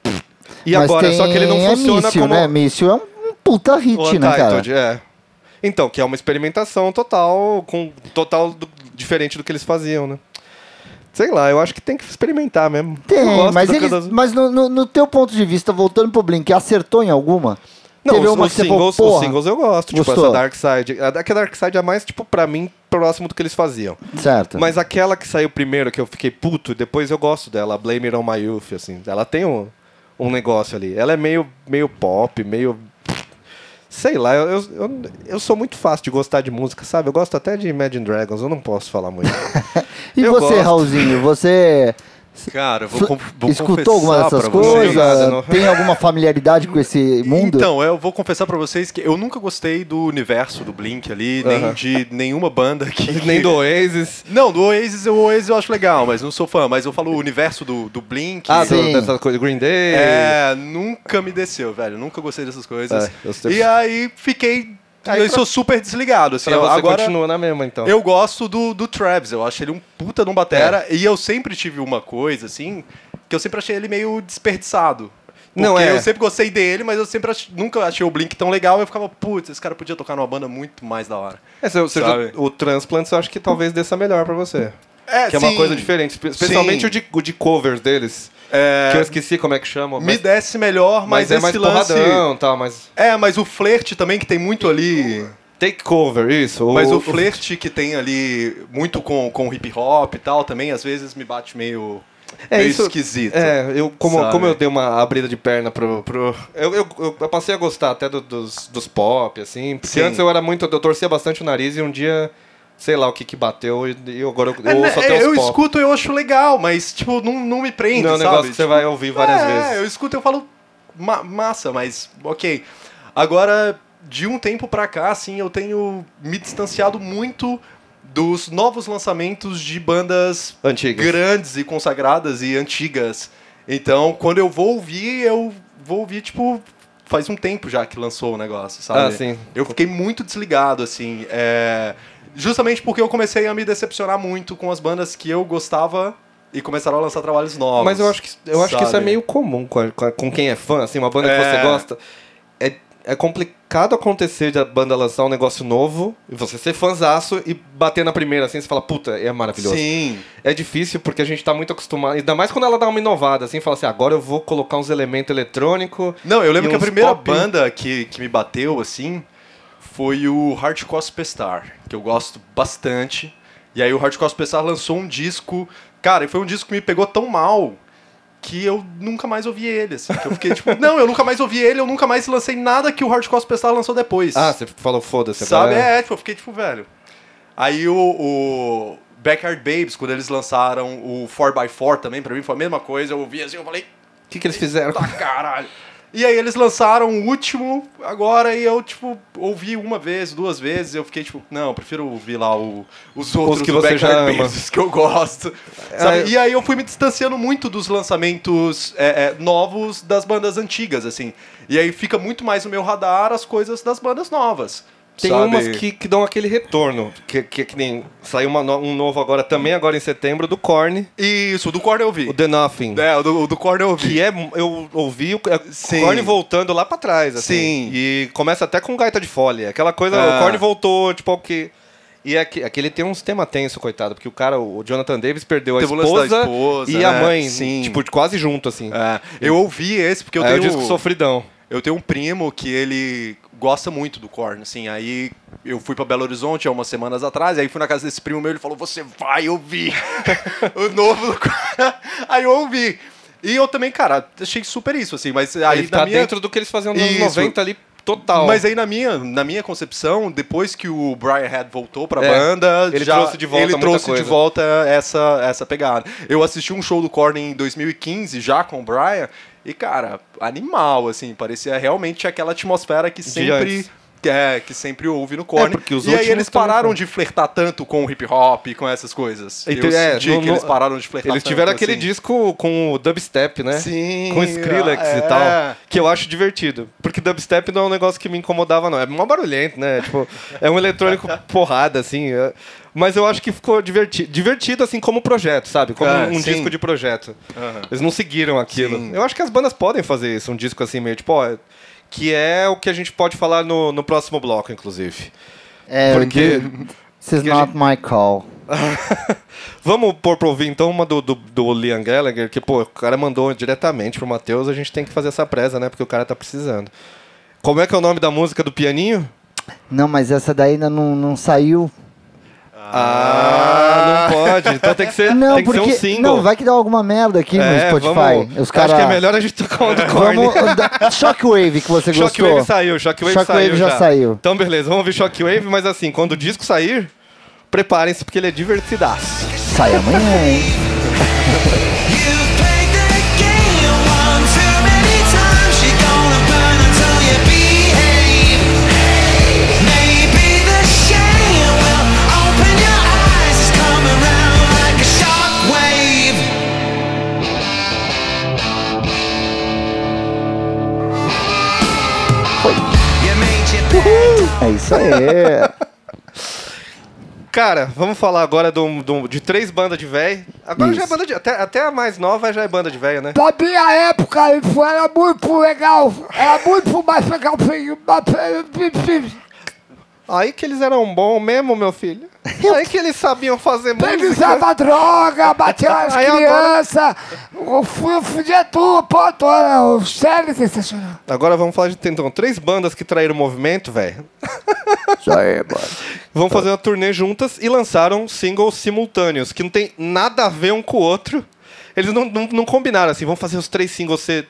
Speaker 3: E
Speaker 2: Mas
Speaker 3: agora, só que ele não
Speaker 2: tem- é
Speaker 3: funciona
Speaker 2: míssil,
Speaker 3: como
Speaker 2: né? Míssil é um um puta hit,
Speaker 3: o
Speaker 2: né, cara?
Speaker 3: Untitled, é. Então, que é uma experimentação total, com total do- diferente do que eles faziam, né? Sei lá, eu acho que tem que experimentar mesmo. Eu
Speaker 2: Tem,
Speaker 3: gosto
Speaker 2: mas,
Speaker 3: do
Speaker 2: eles,
Speaker 3: cada- um.
Speaker 2: mas no, no- no teu ponto de vista, voltando pro Blink, acertou em alguma?
Speaker 3: Não,
Speaker 2: Teve
Speaker 3: os,
Speaker 2: uma
Speaker 3: os
Speaker 2: que você falou,
Speaker 3: singles, os
Speaker 2: porra.
Speaker 3: singles eu gosto. Tipo,
Speaker 2: Gostou?
Speaker 3: essa Dark Side. A, a que a Dark Side é a mais, tipo, pra mim, próximo do que eles faziam.
Speaker 2: Certo.
Speaker 3: Mas aquela que saiu primeiro, que eu fiquei puto, depois eu gosto dela, a Blame It On My Youth, assim. Ela tem um, um negócio ali. Ela é meio, meio pop, meio... Sei lá, eu, eu, eu- eu sou muito fácil de gostar de música, sabe? Eu gosto até de Imagine Dragons, eu não posso falar muito.
Speaker 2: e
Speaker 3: eu
Speaker 2: você,
Speaker 3: gosto.
Speaker 2: Raulzinho, você
Speaker 1: Cara, eu vou, com- vou
Speaker 2: escutou alguma
Speaker 1: confessar
Speaker 2: dessas
Speaker 1: pra vocês.
Speaker 2: coisas?
Speaker 3: Obrigado, não.
Speaker 2: Tem alguma familiaridade com esse mundo?
Speaker 1: Então, eu vou confessar pra vocês que eu nunca gostei do universo do Blink ali, nem
Speaker 3: Aham.
Speaker 1: de nenhuma banda que.
Speaker 3: Nem do Oasis.
Speaker 1: Não, do Oasis, o Oasis eu acho legal, mas não sou fã. Mas eu falo o universo do, do Blink.
Speaker 3: Ah,
Speaker 2: Sim.
Speaker 3: do, dessa coisa, Green Day.
Speaker 1: É, nunca me desceu, velho. Nunca gostei dessas coisas.
Speaker 3: É, eu sei.
Speaker 1: E aí fiquei.
Speaker 3: Aí
Speaker 1: eu
Speaker 3: pra-
Speaker 1: sou super desligado, assim.
Speaker 3: Pra
Speaker 1: eu-
Speaker 3: você
Speaker 1: agora
Speaker 3: continua na mesma, então.
Speaker 1: eu gosto do, do Travis, eu acho ele um puta de um batera. E eu sempre tive uma coisa, assim, que eu sempre achei ele meio desperdiçado. Porque
Speaker 3: Não, é.
Speaker 1: eu sempre gostei dele, mas eu sempre ach- nunca achei o Blink tão legal. Eu ficava, putz, esse cara podia tocar numa banda muito mais da hora.
Speaker 3: É, se eu- se eu-
Speaker 1: Sabe?
Speaker 3: o Transplant eu acho que talvez desça melhor pra você.
Speaker 1: É,
Speaker 3: que é uma coisa diferente. espe- Especialmente
Speaker 1: Sim.
Speaker 3: o de, o de covers deles.
Speaker 1: É.
Speaker 3: Que eu esqueci como é que chama.
Speaker 1: Me
Speaker 3: Mas,
Speaker 1: desce melhor,
Speaker 3: mas
Speaker 1: mas,
Speaker 3: é
Speaker 1: esse
Speaker 3: mais
Speaker 1: lance.
Speaker 3: porradão e tal, mas.
Speaker 1: É, mas o flerte também, que tem muito ali.
Speaker 3: Take cover, isso.
Speaker 1: Mas o flerte que tem ali muito com, com hip hop e tal também, às vezes me bate meio, meio é esquisito.
Speaker 3: É, eu, como,
Speaker 1: sabe?
Speaker 3: como eu dei uma abrida de perna pro. pro eu, eu, eu- eu passei a gostar até do- dos, dos pop, assim. Porque
Speaker 1: Sim.
Speaker 3: antes eu era muito. Eu torcia bastante o nariz e um dia, sei lá o que que bateu, e e eu, agora eu,
Speaker 1: É,
Speaker 3: eu
Speaker 1: né,
Speaker 3: ouço até
Speaker 1: é,
Speaker 3: os
Speaker 1: eu
Speaker 3: pop.
Speaker 1: escuto eu acho legal, mas tipo, não, não me prende,
Speaker 3: Não é um
Speaker 1: sabe?
Speaker 3: negócio que você
Speaker 1: Tipo,
Speaker 3: vai ouvir várias
Speaker 1: é,
Speaker 3: vezes.
Speaker 1: eu escuto e eu falo, "Ma- massa, mas ok. Agora, de um tempo pra cá, assim, eu tenho me distanciado muito dos novos lançamentos de bandas
Speaker 3: Antigas.
Speaker 1: grandes e consagradas e antigas. Então, quando eu vou ouvir, eu vou ouvir, tipo, faz um tempo já que lançou o negócio, sabe?
Speaker 3: Ah, sim.
Speaker 1: Eu fiquei muito desligado, assim. é, Justamente porque eu comecei a me decepcionar muito com as bandas que eu gostava e começaram a lançar trabalhos novos.
Speaker 3: Mas eu acho que, eu acho que isso é
Speaker 1: sabe?
Speaker 3: meio comum com, a- com, a- com quem é fã, assim, uma banda que
Speaker 1: É.
Speaker 3: você gosta. É, é complicado acontecer de a banda lançar um negócio novo, e você ser fãzaço e bater na primeira, assim, você fala, puta, é maravilhoso.
Speaker 1: Sim.
Speaker 3: É difícil porque a gente tá muito acostumado, ainda mais quando ela dá uma inovada, assim, fala assim, agora eu vou colocar uns elementos eletrônicos.
Speaker 1: Não, eu
Speaker 3: E
Speaker 1: lembro que a
Speaker 3: uns
Speaker 1: primeira
Speaker 3: pop.
Speaker 1: banda que, que me bateu, assim, foi o Hardcore Superstar, que eu gosto bastante. E aí o Hardcore Superstar lançou um disco... Cara, e foi um disco que me pegou tão mal que eu nunca mais ouvi ele, assim. Que eu fiquei tipo, não, eu nunca mais ouvi ele, eu nunca mais lancei nada que o Hardcore Superstar lançou depois.
Speaker 3: Ah, você falou, foda-se.
Speaker 1: Sabe?
Speaker 3: agora-
Speaker 1: É, tipo, eu fiquei tipo, velho. Aí o, o Backyard Babes, quando eles lançaram o 4x4 também, pra mim foi a mesma coisa. Eu ouvi assim, eu falei,
Speaker 3: O que, que eles fizeram?
Speaker 1: tá caralho. E aí eles lançaram o último agora e eu, tipo, ouvi uma vez, duas vezes. Eu fiquei tipo, não, eu prefiro ouvir lá o- os outros
Speaker 3: que
Speaker 1: do
Speaker 3: você já ama.
Speaker 1: Babes que eu gosto. sabe?
Speaker 3: É.
Speaker 1: E aí eu fui me distanciando muito dos lançamentos é, é, novos das bandas antigas, assim. E aí fica muito mais no meu radar as coisas das bandas novas.
Speaker 3: Tem
Speaker 1: sabe?
Speaker 3: umas que, que dão aquele retorno, que, que, que nem saiu uma no- um novo agora também, agora em setembro, do Korn,
Speaker 1: Isso, o do Korn eu vi.
Speaker 3: o The Nothing.
Speaker 1: É, o do, o do Korn eu ouvi.
Speaker 3: Que é, eu ouvi o é,
Speaker 1: Sim.
Speaker 3: Korn voltando lá pra trás, assim.
Speaker 1: Sim.
Speaker 3: E começa até com gaita de folha. Aquela coisa,
Speaker 1: Ah.
Speaker 3: o Korn voltou, tipo, o que... E aqui, aqui ele tem uns temas tenso, coitado, porque o cara, o Jonathan Davis, perdeu a
Speaker 1: Teve o lance da
Speaker 3: esposa,
Speaker 1: esposa,
Speaker 3: e a
Speaker 1: né?
Speaker 3: mãe,
Speaker 1: Sim.
Speaker 3: tipo, quase junto, assim.
Speaker 1: É, eu ouvi esse porque eu
Speaker 3: Aí
Speaker 1: tenho...
Speaker 3: É, o disco sofridão.
Speaker 1: Eu tenho um primo que ele gosta muito do Korn, assim, aí eu fui pra Belo Horizonte há umas semanas atrás, aí fui na casa desse primo meu, ele falou, você vai ouvir o novo do Korn. Aí eu ouvi. E eu também, cara, achei super isso, assim, mas aí
Speaker 3: ele
Speaker 1: na
Speaker 3: tá
Speaker 1: minha...
Speaker 3: dentro do que eles faziam nos anos
Speaker 1: Isso.
Speaker 3: 90 ali, total.
Speaker 1: Mas aí na minha, na minha concepção, depois que o Brian Head voltou pra
Speaker 3: É,
Speaker 1: banda,
Speaker 3: ele
Speaker 1: já-
Speaker 3: trouxe de volta
Speaker 1: ele
Speaker 3: muita
Speaker 1: trouxe
Speaker 3: coisa.
Speaker 1: de volta essa essa pegada. Eu assisti um show do Korn em 2015 já com o Brian e cara, animal assim, parecia realmente aquela atmosfera que sempre
Speaker 3: antes.
Speaker 1: que é, que sempre houve no Korn.
Speaker 3: É, porque os
Speaker 1: e aí
Speaker 3: últimos
Speaker 1: eles
Speaker 3: também
Speaker 1: pararam
Speaker 3: foram.
Speaker 1: de flertar tanto com o hip hop e com essas coisas.
Speaker 3: Então,
Speaker 1: Eu
Speaker 3: é,
Speaker 1: senti
Speaker 3: no-
Speaker 1: que
Speaker 3: no-
Speaker 1: eles pararam de flertar
Speaker 3: Eles tiveram
Speaker 1: tanto,
Speaker 3: aquele
Speaker 1: assim.
Speaker 3: disco com o dubstep, né?
Speaker 1: Sim,
Speaker 3: Com o Skrillex
Speaker 1: é.
Speaker 3: e tal. Que eu acho divertido. Porque dubstep não é um negócio que me incomodava, não. É mó barulhento, né? Tipo, é um eletrônico porrada, assim. é. Mas eu acho que ficou divertido. Divertido, assim, como projeto, sabe? Como
Speaker 1: Ah,
Speaker 3: um
Speaker 1: sim.
Speaker 3: disco de projeto.
Speaker 1: Aham.
Speaker 3: Eles não seguiram aquilo.
Speaker 1: Sim.
Speaker 3: Eu acho que as bandas podem fazer isso, um disco assim, meio tipo, ó. Que é o que a gente pode falar no, no próximo bloco, inclusive.
Speaker 2: É,
Speaker 3: Porque-
Speaker 2: This is
Speaker 3: porque a
Speaker 2: not my call.
Speaker 3: Vamos pôr pra ouvir então uma do, do, do Liam Gallagher, que, pô, o cara mandou diretamente pro Matheus, a gente tem que fazer essa presa, né? Porque o cara tá precisando. Como é que é o nome da música do pianinho?
Speaker 2: Não, mas essa daí ainda não, não saiu.
Speaker 3: Ah, não pode. Então tem que ser,
Speaker 2: Não,
Speaker 3: tem que ser
Speaker 2: porque.
Speaker 3: um single.
Speaker 2: não, vai que dá alguma merda aqui
Speaker 3: É,
Speaker 2: no Spotify.
Speaker 3: vamos-
Speaker 2: Os cara...
Speaker 3: Acho que é melhor a gente tocar um do Korn.
Speaker 2: Vamos. da- Shockwave que você gostou.
Speaker 3: Shockwave saiu, Shockwave,
Speaker 2: Shockwave
Speaker 3: saiu
Speaker 2: já saiu.
Speaker 3: Então beleza, vamos ver Shockwave, mas assim, quando o disco sair, preparem-se porque ele é divertidaço.
Speaker 2: Sai amanhã, hein?
Speaker 6: Wave. You made your bed.
Speaker 2: É isso aí.
Speaker 3: Cara, vamos falar agora de, um- de um- de três bandas de véi. Agora
Speaker 2: Isso.
Speaker 3: já é banda de. Até, até a mais nova já é banda de véia, né?
Speaker 7: Da minha época, isso era muito legal. Era muito mais legal que bater.
Speaker 3: Aí que eles eram bons mesmo, meu filho. Aí que eles sabiam fazer
Speaker 7: Ele
Speaker 3: música.
Speaker 7: usava droga, batia as
Speaker 3: Aí agora-
Speaker 7: crianças. Eu fui, eu fudia tudo, pô, toda. O sério sensacional.
Speaker 3: Agora vamos falar de então, três bandas que traíram o movimento, velho.
Speaker 2: Isso aí, mano.
Speaker 3: Vão fazer uma turnê juntas e lançaram singles simultâneos, que não tem nada a ver um com o outro. Eles não, não, não combinaram assim, vão fazer os três singles ser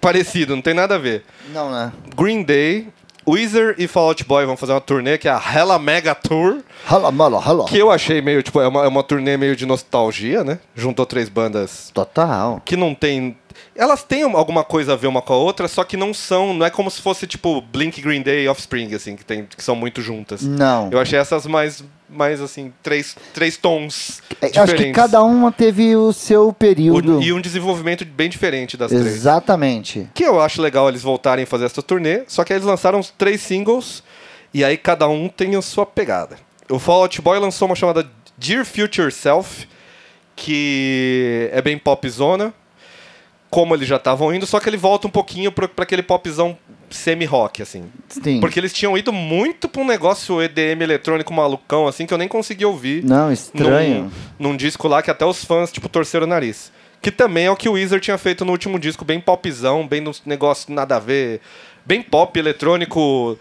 Speaker 3: parecido, não tem nada a ver.
Speaker 2: Não, né?
Speaker 3: Green Day, Weezer e Fall Out Boy vão fazer uma turnê que é a Hella Mega Tour,
Speaker 2: Hala, mala, hala.
Speaker 3: que eu achei meio, tipo, é uma, é uma turnê meio de nostalgia, né? Juntou três bandas
Speaker 2: Total.
Speaker 3: que não tem. Elas têm um, alguma coisa a ver uma com a outra, só que não são. Não é como se fosse tipo Blink Green Day e Offspring, assim, que, tem, que são muito juntas.
Speaker 2: Não.
Speaker 3: Eu achei essas mais, mais assim, três, três tons.
Speaker 2: É,
Speaker 3: diferentes.
Speaker 2: Acho que cada uma teve o seu período.
Speaker 3: O- E um desenvolvimento bem diferente das três.
Speaker 2: Exatamente.
Speaker 3: Que eu acho legal eles voltarem a fazer essa turnê, só que eles lançaram os três singles e aí cada um tem a sua pegada. O Fallout Boy lançou uma chamada Dear Future Self, que é bem popzona, como eles já estavam indo, só que ele volta um pouquinho para aquele popzão semi-rock, assim.
Speaker 2: Sim.
Speaker 3: Porque eles tinham ido muito pra um negócio EDM eletrônico malucão, assim, que eu nem consegui ouvir.
Speaker 2: Não, estranho.
Speaker 3: Num, num disco lá que até os fãs, tipo, torceram o nariz. Que também é o que o Weezer tinha feito no último disco, bem popzão, bem nos negócio nada a ver. Bem pop, eletrônico.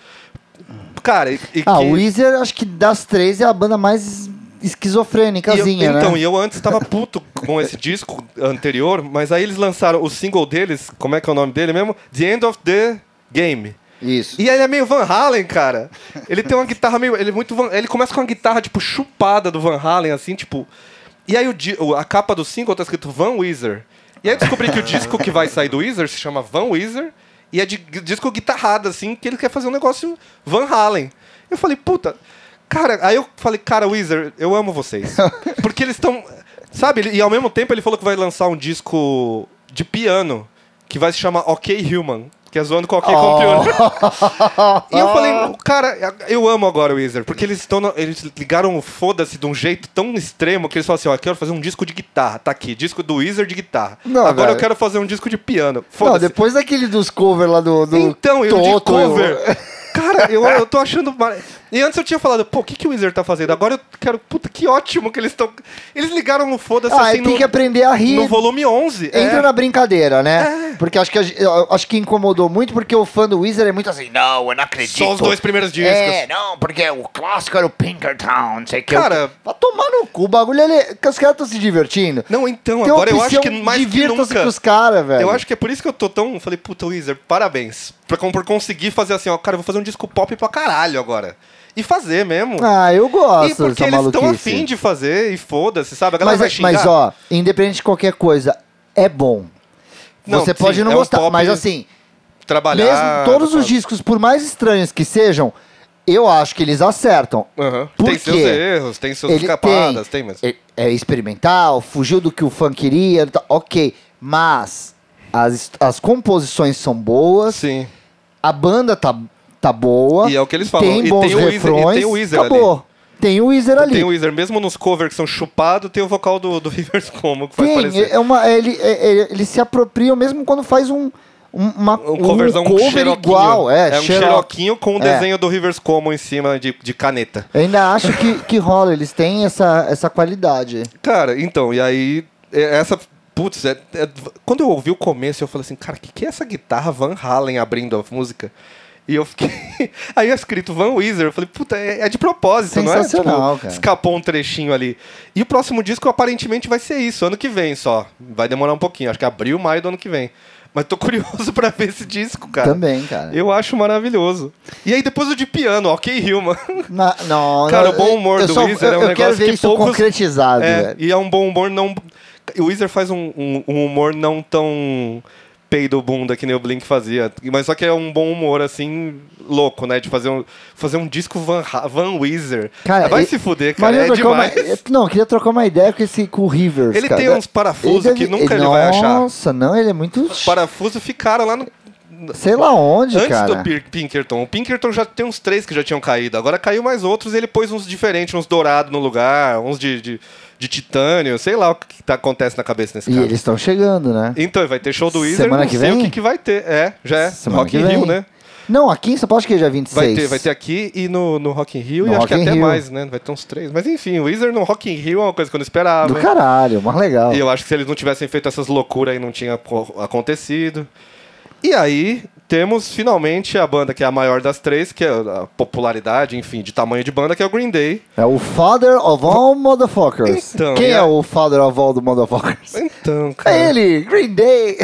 Speaker 3: Cara, e, e
Speaker 2: Ah,
Speaker 3: que...
Speaker 2: o Weezer, acho que das três é a banda mais
Speaker 3: E
Speaker 2: esquizofrênicazinha,
Speaker 3: eu-
Speaker 2: né?
Speaker 3: então, e eu antes tava puto com esse disco anterior, mas aí eles lançaram o single deles, como é que é o nome dele mesmo? The End of the Game.
Speaker 2: Isso.
Speaker 3: E ele é meio Van Halen, cara. Ele tem uma guitarra meio. Ele, é muito Van- ele começa com uma guitarra, tipo, chupada do Van Halen, assim, tipo. E aí o di- o- a capa do single tá escrito Van Weezer. E aí eu descobri que o disco que vai sair do Weezer se chama Van Weezer. E é de gu- disco guitarrada, assim, que ele quer fazer um negócio Van Halen. Eu falei, puta. Cara, aí eu falei, cara, Weezer, eu amo vocês. Porque eles estão. Sabe? ele- E ao mesmo tempo ele falou que vai lançar um disco de piano que vai se chamar Ok Human. Que é zoando com OK Computer. E eu falei,
Speaker 2: Ah.
Speaker 3: cara, eu amo agora o Weezer, porque eles estão. na- Eles ligaram o foda-se de um jeito tão extremo que eles falam assim, ó, eu quero fazer um disco de guitarra, tá aqui, disco do Weezer de guitarra.
Speaker 2: Não,
Speaker 3: agora
Speaker 2: velho.
Speaker 3: eu quero fazer um disco de piano.
Speaker 2: Não,
Speaker 3: Foda-se.
Speaker 2: depois daquele dos covers lá do, do
Speaker 3: Então, eu de
Speaker 2: Toto, eu-
Speaker 3: cover. Cara, eu, eu tô achando. mar- E antes eu tinha falado, pô, o que, que o Weezer tá fazendo? Agora eu quero. Puta, que ótimo que eles estão. Eles ligaram o foda-se
Speaker 2: Ah,
Speaker 3: assim
Speaker 2: tem
Speaker 3: no,
Speaker 2: que aprender a rir. então.
Speaker 3: no volume 11. é.
Speaker 2: Entra na brincadeira, né? Porque acho que, a ge- eu acho que incomodou muito, porque o fã do Weezer é muito assim.
Speaker 5: Assim, não, eu não acredito.
Speaker 3: Só os dois primeiros discos.
Speaker 5: É, não, porque o clássico era o Pinkertown, não sei o que.
Speaker 3: Cara,
Speaker 2: assim, Vai tomar no cu, o bagulho ali. Que os caras estão se divertindo.
Speaker 3: não, então,
Speaker 2: Tem
Speaker 3: agora eu
Speaker 2: opção,
Speaker 3: acho que mais que
Speaker 2: divirta-se
Speaker 3: nunca.
Speaker 2: com os caras, velho.
Speaker 3: Eu acho que é por isso que eu tô tão. Falei, puta, Weezer, parabéns. Pra, com- por conseguir fazer assim, ó, cara, eu vou fazer um disco pop pra caralho agora. E fazer mesmo.
Speaker 2: Ah, eu gosto
Speaker 3: e porque
Speaker 2: dessa
Speaker 3: eles tão
Speaker 2: maluquice.
Speaker 3: afim de fazer e foda-se, sabe? A galera
Speaker 2: mas,
Speaker 3: vai
Speaker 2: é-
Speaker 3: xingar.
Speaker 2: mas, ó, independente de qualquer coisa, é bom.
Speaker 3: Não,
Speaker 2: Você
Speaker 3: sim,
Speaker 2: pode não
Speaker 3: é um
Speaker 2: gostar,
Speaker 3: pop
Speaker 2: mas assim,
Speaker 3: trabalhar. tá
Speaker 2: mesmo todos os
Speaker 3: sabe?
Speaker 2: discos, por mais estranhos que sejam, eu acho que eles acertam.
Speaker 3: Aham.
Speaker 2: Por
Speaker 3: Tem seus
Speaker 2: quê?
Speaker 3: erros, tem suas
Speaker 2: Ele
Speaker 3: escapadas, tem, mas.
Speaker 2: é, é experimental, fugiu do que o fã queria, tá, ok. Mas as, as composições são boas,
Speaker 3: Sim.
Speaker 2: a banda tá, tá boa.
Speaker 3: E é o que eles falam,
Speaker 2: Tem
Speaker 3: e
Speaker 2: bons
Speaker 3: tem o Weezer- e
Speaker 2: refrões.
Speaker 3: tem o Weezer
Speaker 2: acabou. Tem o Weezer ali.
Speaker 3: Tem o Weezer, mesmo nos covers que são chupados, tem o vocal do, do Rivers Como, que faz
Speaker 2: Tem,
Speaker 3: parecer.
Speaker 2: é uma, é, ele, é, é, ele se apropria mesmo quando faz um, um, uma,
Speaker 3: Um coverzão um
Speaker 2: cover
Speaker 3: xeroquinho.
Speaker 2: igual. É,
Speaker 3: um
Speaker 2: xerox.
Speaker 3: xeroquinho com o
Speaker 2: É.
Speaker 3: desenho do Rivers Como em cima de, de caneta.
Speaker 2: Eu ainda acho que, que rola, eles têm essa, essa qualidade.
Speaker 3: Cara, então, e aí, é- essa. Putz, é- é- quando eu ouvi o começo, eu falei assim, cara, o que, que é essa guitarra Van Halen abrindo a música? E eu fiquei. Aí eu escrito Van Weezer. Eu falei, puta, é, é de propósito, não é?
Speaker 2: Sensacional, cara.
Speaker 3: Escapou um trechinho ali. E o próximo disco aparentemente vai ser isso, ano que vem só. Vai demorar um pouquinho, acho que abril, maio do ano que vem. Mas tô curioso pra ver esse disco, cara.
Speaker 2: Também, cara.
Speaker 3: Eu acho maravilhoso. E aí depois o de piano, ok, Human.
Speaker 2: Na- não,
Speaker 3: Cara,
Speaker 2: não,
Speaker 3: o bom humor
Speaker 2: eu
Speaker 3: do
Speaker 2: só-
Speaker 3: Weezer é
Speaker 2: eu-
Speaker 3: um
Speaker 2: Eu quero
Speaker 3: negócio
Speaker 2: ver
Speaker 3: que
Speaker 2: isso
Speaker 3: poucos-
Speaker 2: concretizado,
Speaker 3: É,
Speaker 2: velho.
Speaker 3: e é um bom humor não. O Weezer faz um, um- um humor não tão peido bunda que nem o Blink fazia. Mas só que é um bom humor, assim, louco, né? De fazer um, fazer um disco Van, Ra- Van Weezer.
Speaker 2: Cara,
Speaker 3: Vai
Speaker 2: e-
Speaker 3: se fuder,
Speaker 2: Mas
Speaker 3: cara. É
Speaker 2: eu trocar uma-
Speaker 3: demais.
Speaker 2: não, eu queria trocar uma ideia com esse com o Rivers.
Speaker 3: Ele
Speaker 2: cara.
Speaker 3: tem uns parafusos que nunca ele vai achar.
Speaker 2: Nossa, não, ele é muito.
Speaker 3: Os parafusos ficaram lá no.
Speaker 2: Sei lá onde,
Speaker 3: Antes
Speaker 2: cara.
Speaker 3: do Pir- Pinkerton. O Pinkerton já tem uns três que já tinham caído. Agora caiu mais outros e ele pôs uns diferentes, uns dourados no lugar, uns de, de, de titânio, sei lá o que tá, acontece na cabeça desse
Speaker 2: E
Speaker 3: cara.
Speaker 2: eles estão chegando, né?
Speaker 3: Então, vai ter show do Weezer,
Speaker 2: Semana
Speaker 3: não
Speaker 2: que
Speaker 3: sei
Speaker 2: vem?
Speaker 3: o que, que vai ter. É, já é.
Speaker 2: Semana
Speaker 3: Rock
Speaker 2: que
Speaker 3: in Rio,
Speaker 2: vem.
Speaker 3: né?
Speaker 2: Não, aqui em São Paulo acho que é dia 26.
Speaker 3: Vai ter, vai ter aqui e no, no Rock in Rio,
Speaker 2: No
Speaker 3: e acho
Speaker 2: Rock
Speaker 3: que
Speaker 2: in
Speaker 3: até
Speaker 2: Rio.
Speaker 3: mais, né? Vai ter uns três. Mas enfim, o Weezer no Rock in Rio é uma coisa que eu não esperava.
Speaker 2: Do caralho, mais legal.
Speaker 3: E eu acho que se eles não tivessem feito essas loucuras aí, não tinha co- acontecido. E aí, temos finalmente a banda que é a maior das três, que é a popularidade, enfim, de tamanho de banda, que é o Green Day.
Speaker 2: É o father of all motherfuckers.
Speaker 3: Então,
Speaker 2: Quem
Speaker 3: e
Speaker 2: é
Speaker 3: a-
Speaker 2: o father of all do motherfuckers?
Speaker 3: Então, É. cara.
Speaker 2: É ele, Green Day.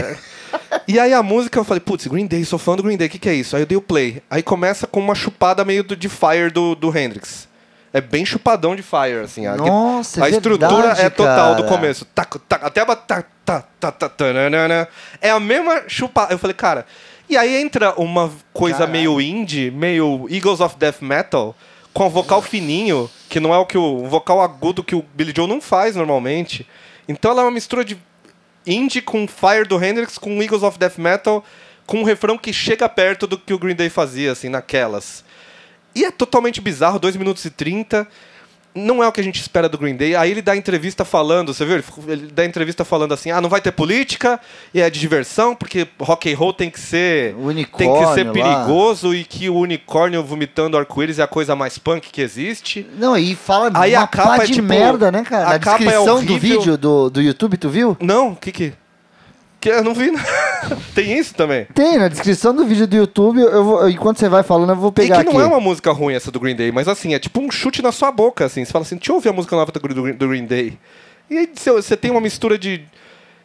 Speaker 3: E aí a música eu falei, putz, Green Day, sou fã do Green Day, o que, que é isso? Aí eu dei o play. Aí começa com uma chupada meio do, de Fire do, do Hendrix. É bem chupadão de Fire, assim. A,
Speaker 2: Nossa,
Speaker 3: a
Speaker 2: é
Speaker 3: estrutura
Speaker 2: verdade,
Speaker 3: é total do
Speaker 2: cara.
Speaker 3: começo. Taco, taco, até a ba- ta, ta, ta, ta, tananana. É a mesma chupada. Eu falei, cara. E aí entra uma coisa meio indie, meio Eagles of Death Metal, com vocal fininho, que não é o que o, o vocal agudo que o Billy Joe não faz normalmente. Então ela é uma mistura de indie com Fire do Hendrix, com Eagles of Death Metal, com um refrão que chega perto do que o Green Day fazia, assim, naquelas. E é totalmente bizarro, 2 minutos e 30. Não é o que a gente espera do Green Day. Aí ele dá entrevista falando, você viu? Ele, ele dá entrevista falando assim: ah, não vai ter política, e é de diversão, porque rock and roll tem que ser.
Speaker 2: O unicórnio
Speaker 3: tem que ser
Speaker 2: lá.
Speaker 3: perigoso e que o unicórnio vomitando arco-íris é a coisa mais punk que existe.
Speaker 2: Não, e fala
Speaker 3: Aí
Speaker 2: uma
Speaker 3: a capa
Speaker 2: pá
Speaker 3: é
Speaker 2: de
Speaker 3: tipo-
Speaker 2: merda, né, cara?
Speaker 3: a
Speaker 2: Na
Speaker 3: capa é
Speaker 2: descrição do
Speaker 3: horrível.
Speaker 2: vídeo do, do YouTube, tu viu?
Speaker 3: Não, o que que. Que eu não vi. tem isso também.
Speaker 2: Tem, na descrição do vídeo do YouTube, eu vou- enquanto você vai falando, eu vou
Speaker 3: E
Speaker 2: pegar
Speaker 3: que não
Speaker 2: aqui.
Speaker 3: é uma música ruim essa do Green Day, mas assim, é tipo um chute na sua boca, assim. Você fala assim, deixa eu ouvir a música nova do, Gr- do Gr- do Green Day. E aí você, você tem uma mistura de,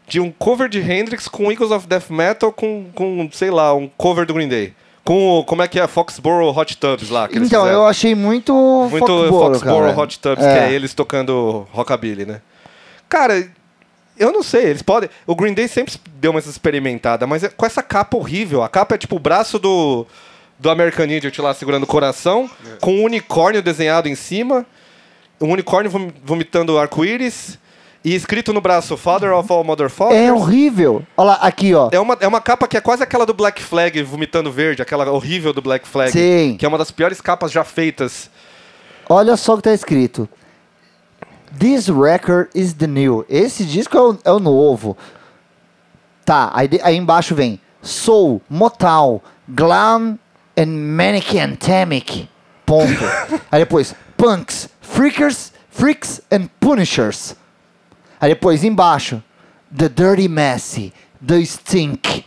Speaker 3: de um cover de Hendrix com Eagles of Death Metal com, com, sei lá, um cover do Green Day. Com o, como é que é, Foxborough Hot Tubs lá, que eles
Speaker 2: Então,
Speaker 3: fizeram.
Speaker 2: eu achei muito.
Speaker 3: Muito
Speaker 2: Foxboro,
Speaker 3: Foxborough
Speaker 2: um cara.
Speaker 3: Hot Tubs, que é eles tocando rockabilly, né? Cara, eu não sei, eles podem. O Green Day sempre deu uma experimentada, mas é- com essa capa horrível. A capa é tipo o braço do, do American Idiot lá segurando o coração, com um unicórnio desenhado em cima, um unicórnio vom- vomitando arco-íris, e escrito no braço: Father of all Motherfuckers.
Speaker 2: É horrível. Olha lá, aqui, ó.
Speaker 3: É uma, é uma capa que é quase aquela do Black Flag vomitando verde, aquela horrível do Black Flag.
Speaker 2: Sim.
Speaker 3: Que é uma das piores capas já feitas.
Speaker 2: Olha só o que tá escrito. This record is the new. Esse disco é o, é o novo. Tá, aí, de- aí embaixo vem Soul, Motal, Glam and Mannequin Tamic. Ponto. aí depois Punks, Freakers, Freaks and Punishers. Aí depois embaixo The Dirty Messy, The Stink.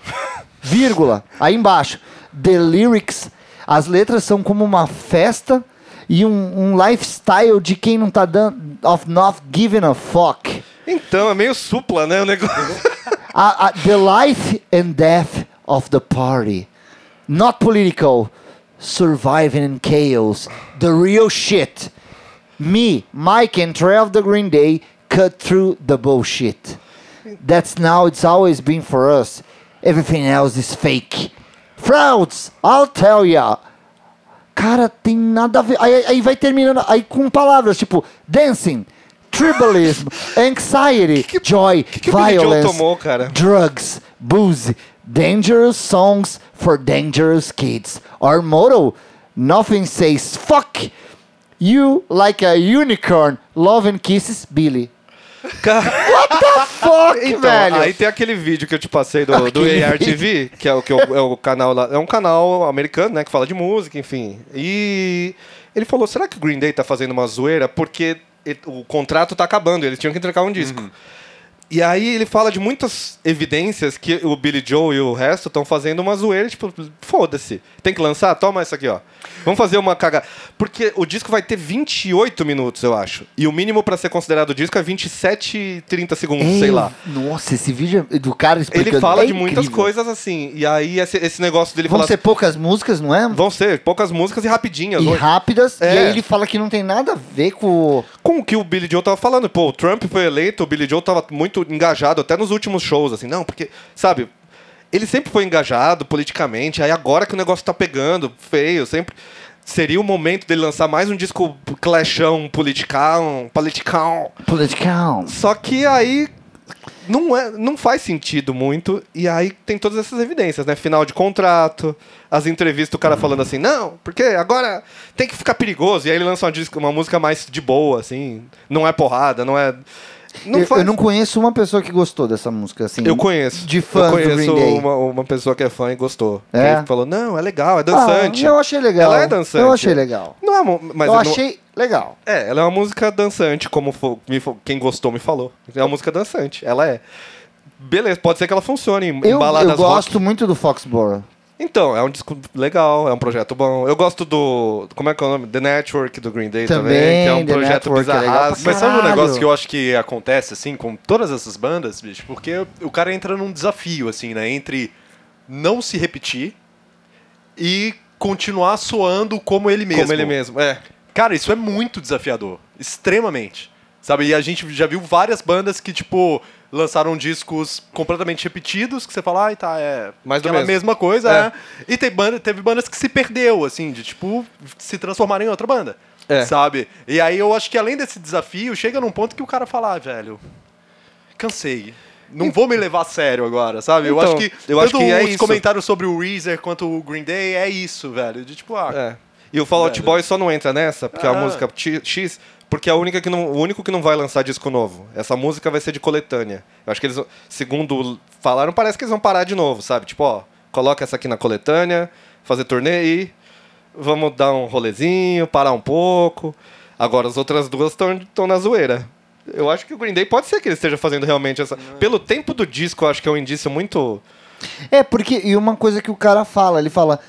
Speaker 2: Vírgula. Aí embaixo The Lyrics. As letras são como uma festa e um, um lifestyle de quem não tá dando. of not giving a fuck.
Speaker 3: Então, é meio supla, né, o negócio.
Speaker 2: A- a- the life and death of the party. Not political. Surviving in chaos. The real shit. Me, Mike and Trey of the Green Day cut through the bullshit. That's now it's always been for us. Everything else is fake. Frauds, I'll tell ya. Cara, tem nada a ver. Aí, aí vai terminando aí com palavras tipo dancing, tribalism, anxiety, joy,
Speaker 3: que o Billy Joel
Speaker 2: violence,
Speaker 3: tomou, cara?
Speaker 2: drugs, booze, dangerous songs for dangerous kids. Our motto: nothing says fuck you like a unicorn. Love and kisses, Billy.
Speaker 3: Cara,
Speaker 2: Fuck, velho.
Speaker 3: Ah, então, aí tem aquele vídeo que eu te passei do, do
Speaker 2: Aquele
Speaker 3: ARTV, que é o que eu- é o canal lá. É um canal americano, né? Que fala de música, enfim. E ele falou: será que o
Speaker 2: Uhum.
Speaker 3: Green Day tá fazendo uma zoeira? Porque ele- o contrato tá acabando, eles tinham que entregar um disco. E aí ele fala de muitas evidências que o Billy Joe e o resto estão fazendo uma zoeira, tipo, foda-se. Tem que lançar? Toma essa aqui, ó. Vamos fazer uma cagada. Porque o disco vai ter 28 minutos, eu acho. E o mínimo pra ser considerado disco é 27 e 30 segundos, sei
Speaker 2: Ei,
Speaker 3: lá.
Speaker 2: É, Nossa, esse vídeo é do cara explicando.
Speaker 3: Ele fala
Speaker 2: é
Speaker 3: de muitas
Speaker 2: incrível.
Speaker 3: coisas assim. E aí esse, esse negócio dele
Speaker 2: Vão
Speaker 3: falar. assim,
Speaker 2: ser poucas músicas, não é?
Speaker 3: Vão ser poucas músicas e rapidinhas.
Speaker 2: E
Speaker 3: Vão-
Speaker 2: rápidas.
Speaker 3: É.
Speaker 2: E aí ele fala que não tem nada a ver com... o-
Speaker 3: com o que o Billy Joe tava falando. Pô, o Trump foi eleito, o Billy Joe tava muito engajado, até nos últimos shows, assim, não, porque, sabe, ele sempre foi engajado politicamente, aí agora que o negócio tá pegando, feio, sempre. Seria o momento dele lançar mais um disco clashão, um politicão, politicão.
Speaker 2: Political.
Speaker 3: Só que aí não, é, não faz sentido muito. E aí tem todas essas evidências, né? Final de contrato, as entrevistas, o cara falando assim, não, porque agora tem que ficar perigoso. E aí ele lança uma, disco- uma música mais de boa, assim. Não é porrada, não é. Não
Speaker 2: eu,
Speaker 3: faz-
Speaker 2: eu não conheço uma pessoa que gostou dessa música, assim.
Speaker 3: Eu conheço.
Speaker 2: De fã
Speaker 3: eu
Speaker 2: do
Speaker 3: conheço
Speaker 2: Green Day.
Speaker 3: Uma, uma pessoa que é fã e gostou.
Speaker 2: É?
Speaker 3: Que falou, não, é legal, é
Speaker 2: Ah,
Speaker 3: dançante.
Speaker 2: eu achei legal.
Speaker 3: Ela é dançante.
Speaker 2: Eu achei legal.
Speaker 3: Não é uma- mas
Speaker 2: eu
Speaker 3: não-
Speaker 2: achei legal.
Speaker 3: É, ela é uma música dançante, como fo- me fo- quem gostou me falou. É uma música dançante, ela é. Beleza, pode ser que ela funcione em, em
Speaker 2: Eu,
Speaker 3: baladas
Speaker 2: eu gosto
Speaker 3: rock.
Speaker 2: muito do Foxborough.
Speaker 3: Então, é um disco legal, é um projeto bom. Eu gosto do. Como é que é o nome? The Network do Green Day também,
Speaker 2: Também,
Speaker 3: que é um
Speaker 2: The
Speaker 3: projeto
Speaker 2: Network é legal pra
Speaker 3: bizarraço.
Speaker 1: Mas sabe um
Speaker 2: Caralho.
Speaker 1: negócio que eu acho que acontece, assim, com todas essas bandas, bicho? Porque o cara entra num desafio, assim, né? Entre não se repetir e continuar soando como ele mesmo.
Speaker 3: Como ele mesmo, é.
Speaker 1: Cara, isso é muito desafiador. Extremamente. Sabe? E a gente já viu várias bandas que, tipo, lançaram discos completamente repetidos, que você fala, ai, tá, é.
Speaker 3: Mais do
Speaker 1: aquela
Speaker 3: mesmo."
Speaker 1: mesma coisa,
Speaker 3: É.
Speaker 1: é. E tem banda, teve bandas que se perdeu, assim, de, tipo, se transformarem em outra banda.
Speaker 3: É.
Speaker 1: Sabe? E aí eu acho que além desse desafio, chega num ponto que o cara fala, ah, velho, cansei. Não vou me levar a sério agora, sabe? eu
Speaker 3: Então,
Speaker 1: acho que
Speaker 3: eu acho
Speaker 1: tanto
Speaker 3: que é
Speaker 1: os
Speaker 3: isso.
Speaker 1: comentários sobre o Weezer quanto o Green Day é isso, velho. De tipo, ah,
Speaker 3: É. E o Fall Out
Speaker 1: Velho.
Speaker 3: Boy só não entra nessa, porque é a
Speaker 1: Ah.
Speaker 3: música X- X, porque é a única que não, o único que não vai lançar disco novo. Essa música vai ser de coletânea. Eu acho que eles, segundo falaram, parece que eles vão parar de novo, sabe? Tipo, ó, coloca essa aqui na coletânea, fazer turnê e vamos dar um rolezinho, parar um pouco. Agora as outras duas estão na zoeira. Eu acho que o Green Day pode ser que ele esteja fazendo realmente essa. Pelo tempo do disco, eu acho que é um indício muito.
Speaker 2: É, porque. E uma coisa que o cara fala, ele fala.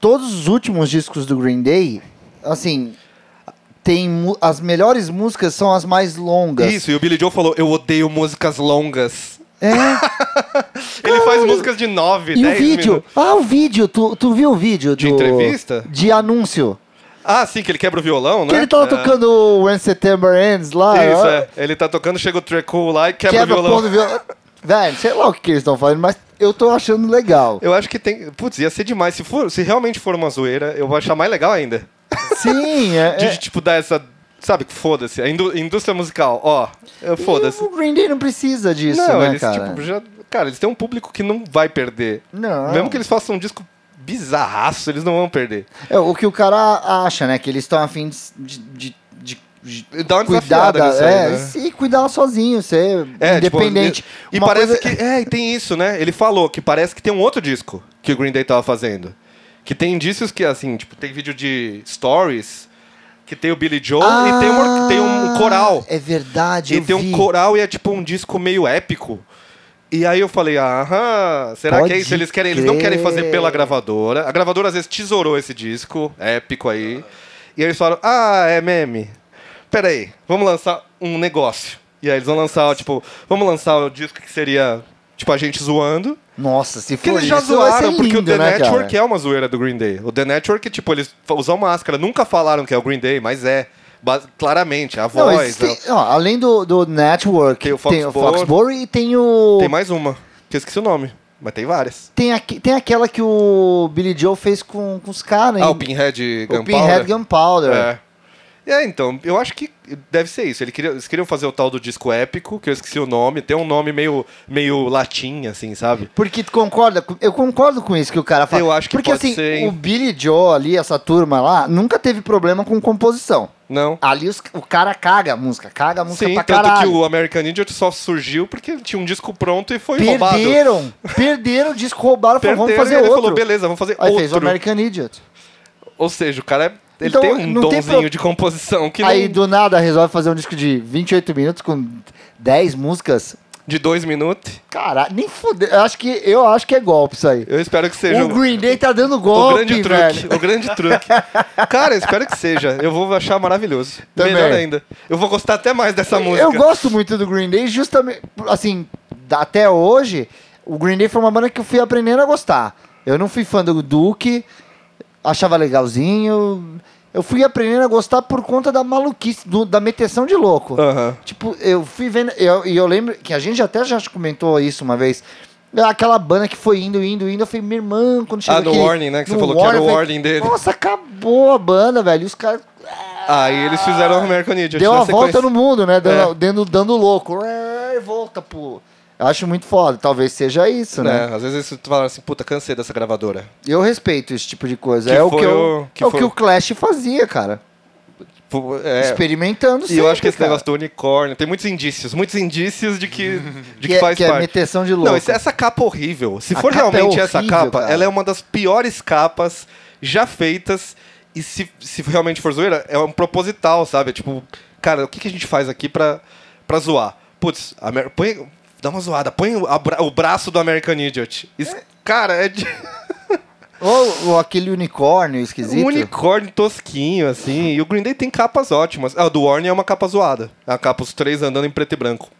Speaker 2: Todos os últimos discos do Green Day, assim. Tem mu- as melhores músicas são as mais longas.
Speaker 3: Isso, e o Billy Joe falou: Eu odeio músicas longas.
Speaker 2: É.
Speaker 3: Ele faz músicas de 9,
Speaker 2: E o
Speaker 3: 10
Speaker 2: vídeo?
Speaker 3: minutos.
Speaker 2: Ah, o vídeo. Tu, tu viu o vídeo
Speaker 3: De
Speaker 2: do-
Speaker 3: entrevista?
Speaker 2: De anúncio.
Speaker 3: Ah, sim, que ele quebra o violão, né?
Speaker 2: Que ele tava
Speaker 3: É.
Speaker 2: tocando When September Ends lá.
Speaker 3: Isso,
Speaker 2: ó,
Speaker 3: é. Ele tá tocando, chega o Treco lá e quebra,
Speaker 2: Quebra
Speaker 3: o
Speaker 2: o
Speaker 3: violão.
Speaker 2: pão do violão. Velho, sei lá o que eles estão fazendo, mas eu tô achando legal.
Speaker 3: Eu acho que tem. Putz, ia ser demais. Se, for, se realmente for uma zoeira, eu vou achar mais legal ainda.
Speaker 2: Sim, é.
Speaker 3: De,
Speaker 2: é.
Speaker 3: de, tipo, dar essa. Sabe, foda-se. A indú- indústria musical, ó. eu- Foda-se.
Speaker 2: E O Green Day não precisa disso,
Speaker 3: Não,
Speaker 2: né,
Speaker 3: eles,
Speaker 2: cara?
Speaker 3: tipo, já. Cara, eles têm um público que não vai perder.
Speaker 2: Não.
Speaker 3: Mesmo que eles façam um disco bizarraço, eles não vão perder.
Speaker 2: É o que o cara acha, né? Que eles estão afim de. de, de, de
Speaker 3: Dá uma
Speaker 2: Cuidar
Speaker 3: desafiada
Speaker 2: da,
Speaker 3: nisso aí,
Speaker 2: é,
Speaker 3: né?
Speaker 2: e cuidar sozinho, ser
Speaker 3: tipo,
Speaker 2: independente.
Speaker 3: e e
Speaker 2: Uma
Speaker 3: parece
Speaker 2: coisa-
Speaker 3: que. É, e tem isso, né? Ele falou que parece que tem um outro disco que o Green Day tava fazendo. Que tem indícios que, assim, tipo, tem vídeo de stories, que tem o Billy Joel e tem, uma or- tem um coral.
Speaker 2: Ah, É verdade,
Speaker 3: e
Speaker 2: eu
Speaker 3: tem
Speaker 2: vi.
Speaker 3: um coral e é tipo um disco meio épico. E aí eu falei, aham, será que é
Speaker 2: Pode
Speaker 3: isso? Eles querem, eles não querem fazer
Speaker 2: crer.
Speaker 3: pela gravadora. A gravadora às vezes tesourou esse disco épico aí. E aí eles falaram, ah, é meme. Peraí, vamos lançar um negócio. E aí eles vão lançar, tipo, vamos lançar o disco que seria, tipo, a gente zoando.
Speaker 2: Nossa, se
Speaker 3: Porque
Speaker 2: for
Speaker 3: eles já
Speaker 2: isso, vai ser
Speaker 3: zoaram, porque o
Speaker 2: lindo,
Speaker 3: The
Speaker 2: né, cara?
Speaker 3: Network é uma zoeira do Green Day. O The Network, tipo, eles fa- usam máscara, nunca falaram que é o Green Day, mas é. Ba- Claramente, a
Speaker 2: Não,
Speaker 3: voz. é
Speaker 2: existem-
Speaker 3: a-
Speaker 2: ó, além do, do Network,
Speaker 3: Tem
Speaker 2: tem
Speaker 3: o
Speaker 2: o,
Speaker 3: Foxborough.
Speaker 2: Foxborough e tem o.
Speaker 3: Tem
Speaker 2: Tem,
Speaker 3: mais uma, que eu esqueci o nome, mas tem várias.
Speaker 2: aqui- tem aquela que o Billy Joe fez com, com os caras,
Speaker 3: Ah,
Speaker 2: hein?
Speaker 3: o Pinhead
Speaker 2: O
Speaker 3: Gunpowder.
Speaker 2: Pinhead Gunpowder.
Speaker 3: É. É, então, eu acho que deve ser isso. Ele queria- eles queriam fazer o tal do disco épico, que eu esqueci o nome. Tem um nome meio, meio latim, assim, sabe?
Speaker 2: Porque tu concorda? com- Eu concordo com isso que o cara fala.
Speaker 3: Eu acho que
Speaker 2: Porque,
Speaker 3: pode
Speaker 2: assim,
Speaker 3: ser, hein?
Speaker 2: o Billy Joe ali, essa turma lá, nunca teve problema com composição.
Speaker 3: Não.
Speaker 2: Ali os- o cara caga a música, caga a Ah, música
Speaker 3: Sim,
Speaker 2: pra
Speaker 3: tanto
Speaker 2: caralho.
Speaker 3: que o American Idiot só surgiu porque tinha um disco pronto e foi roubado.
Speaker 2: Perderam, perderam o disco, roubaram, falaram, vamos
Speaker 3: Perderam
Speaker 2: fazer
Speaker 3: e ele
Speaker 2: outro.
Speaker 3: falou, beleza, vamos fazer
Speaker 2: Aí
Speaker 3: outro.
Speaker 2: fez o American Idiot.
Speaker 3: Ou seja, o cara é- Ele
Speaker 2: Então,
Speaker 3: tem um
Speaker 2: não tem
Speaker 3: donzinho
Speaker 2: pro-
Speaker 3: de composição que
Speaker 2: Aí
Speaker 3: não-
Speaker 2: do nada resolve fazer um disco de 28 minutos com 10 músicas.
Speaker 3: de dois minutos.
Speaker 2: Caralho, nem fudeu. Eu acho que, eu acho que é golpe isso aí.
Speaker 3: Eu espero que seja
Speaker 2: O Green Day tá dando golpe,
Speaker 3: o grande
Speaker 2: velho.
Speaker 3: truque. O grande truque. Cara, eu espero que seja. Eu vou achar maravilhoso.
Speaker 2: Também.
Speaker 3: Melhor ainda. Eu vou gostar até mais dessa música.
Speaker 2: Eu gosto muito do Green Day, justamente, assim, da- até hoje, o Green Day foi uma banda que eu fui aprendendo a gostar. Eu não fui fã do Duke, achava legalzinho. Eu fui aprendendo a gostar por conta da maluquice, do- da meteção de louco.
Speaker 3: Aham.
Speaker 2: Tipo, eu fui vendo. eu- E eu, lembro que a gente até já comentou isso uma vez. Aquela banda que foi indo, indo, indo. Eu falei, minha irmã, quando chegou
Speaker 3: no
Speaker 2: aquele-
Speaker 3: Warning, né, que você
Speaker 2: no
Speaker 3: falou que era o
Speaker 2: eu falei,
Speaker 3: Warning dele.
Speaker 2: Nossa, acabou a banda, velho. E os caras.
Speaker 3: Aí eles fizeram o American Idiot.
Speaker 2: Deu
Speaker 3: na
Speaker 2: a volta
Speaker 3: sequência.
Speaker 2: no mundo, né? Dando,
Speaker 3: É.
Speaker 2: dando, dando louco. E volta, pô. Eu acho muito foda. Talvez seja isso, né?
Speaker 3: É, às vezes eles falaram assim, puta, cansei dessa gravadora.
Speaker 2: Eu respeito esse tipo de coisa.
Speaker 3: Que
Speaker 2: é o
Speaker 3: foi
Speaker 2: que, eu,
Speaker 3: o- que
Speaker 2: é o
Speaker 3: foi-
Speaker 2: que o Clash fazia, cara.
Speaker 3: Pô, é.
Speaker 2: Experimentando
Speaker 3: E eu acho que esse
Speaker 2: cara.
Speaker 3: negócio do unicórnio tem muitos indícios, muitos indícios de que, de que,
Speaker 2: Que é-
Speaker 3: faz
Speaker 2: que é
Speaker 3: parte.
Speaker 2: meteção de louco.
Speaker 3: Não, esse- é- essa capa horrível. Se
Speaker 2: A
Speaker 3: for
Speaker 2: capa é
Speaker 3: realmente essa
Speaker 2: horrível,
Speaker 3: capa,
Speaker 2: cara.
Speaker 3: ela é uma das piores capas já feitas. E se, se realmente for zoeira, é um proposital, sabe? É Tipo, cara, o que, que a gente faz aqui pra, pra zoar? Putz, Amer- põe, dá uma zoada, põe o, a bra- o braço do American Idiot. Isso- Cara, é de...
Speaker 2: Ou, ou aquele unicórnio esquisito.
Speaker 3: Um unicórnio tosquinho, assim. E o Green Day tem capas ótimas. Ah, do Warner é uma capa zoada. A capa, os três andando em preto e branco.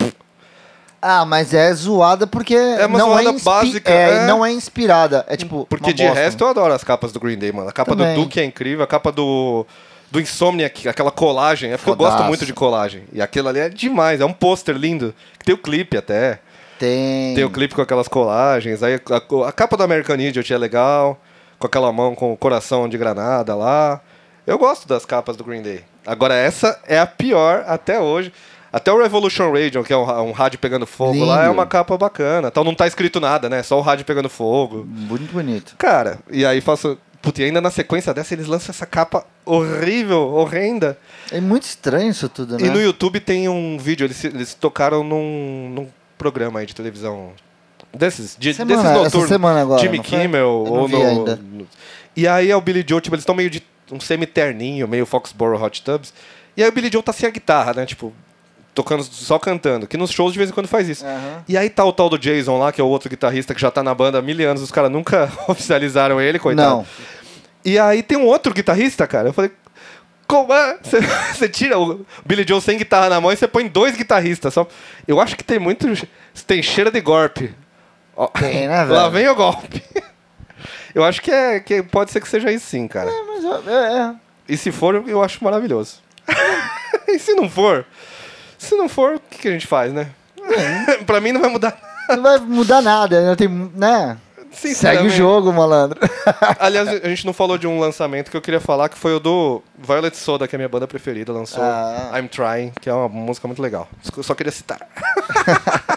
Speaker 2: Ah, mas é zoada porque
Speaker 3: uma
Speaker 2: não é
Speaker 3: zoada
Speaker 2: inspi-
Speaker 3: básica,
Speaker 2: É,
Speaker 3: é.
Speaker 2: Não é inspirada. É tipo.
Speaker 3: Porque
Speaker 2: uma
Speaker 3: de
Speaker 2: bosta.
Speaker 3: resto eu adoro as capas do Green Day, mano. A capa
Speaker 2: Também.
Speaker 3: do Duke é incrível, a capa do. Do Insomniac, aquela colagem. É porque eu
Speaker 2: Fodaço.
Speaker 3: gosto muito de colagem. E aquilo ali é demais. É um pôster lindo. Que tem o clipe até.
Speaker 2: Tem.
Speaker 3: Tem o clipe com aquelas colagens. Aí a, a capa do American Idiot é legal. Com aquela mão com o coração de granada lá. Eu gosto das capas do Green Day. Agora, essa é a pior até hoje. Até o Revolution Radio, que é um, ra- um rádio pegando fogo lá,
Speaker 2: Lindo.
Speaker 3: é uma capa bacana. Então não tá escrito nada, né? Só o rádio pegando fogo.
Speaker 2: Muito bonito.
Speaker 3: Cara, e aí faço. Putz, e ainda na sequência dessa eles lançam essa capa horrível, horrenda.
Speaker 2: É muito estranho isso tudo, né?
Speaker 3: E no YouTube tem um vídeo, eles, se- eles tocaram num, num programa aí de televisão. Desses, de,
Speaker 2: Semana-
Speaker 3: desses
Speaker 2: essa
Speaker 3: noturnos.
Speaker 2: semana agora,
Speaker 3: Jimmy
Speaker 2: não foi?
Speaker 3: Kimmel
Speaker 2: Eu não
Speaker 3: ou
Speaker 2: vi
Speaker 3: no,
Speaker 2: ainda.
Speaker 3: no- E aí é o Billy Joe, tipo, eles estão meio de um semi-terninho, meio Foxborough Hot Tubs. E aí o Billy Joe tá sem a guitarra, né? Tipo, tocando, só cantando. Que nos shows de vez em quando faz isso.
Speaker 2: Aham.
Speaker 3: E aí tá o tal do Jason lá, que é o outro guitarrista que já tá na banda há mil anos. Os caras nunca oficializaram ele, coitado.
Speaker 2: Não.
Speaker 3: E aí tem um outro guitarrista, cara. Eu falei, como é? Você- Você tira o Billy Joe sem guitarra na mão e você põe dois guitarristas. Só... Eu acho que tem muito. Tem cheiro de golpe. Ó,
Speaker 2: Tem, né, velho?
Speaker 3: Lá vem o golpe. Eu acho que, é, que pode ser que seja isso sim, cara.
Speaker 2: Mas, é, é.
Speaker 3: E se for, eu acho maravilhoso. e se não for? Se não for, o que, que a gente faz, né? pra mim não vai mudar.
Speaker 2: Não vai mudar nada, né? Tem, né? Segue o
Speaker 3: Sinceramente.
Speaker 2: jogo, malandro.
Speaker 3: Aliás, a gente não falou de um lançamento que eu queria falar, que foi o do Violet Soda, que é a minha banda preferida, lançou
Speaker 2: Ah.
Speaker 3: I'm Trying, que é uma música muito legal. Eu só queria citar.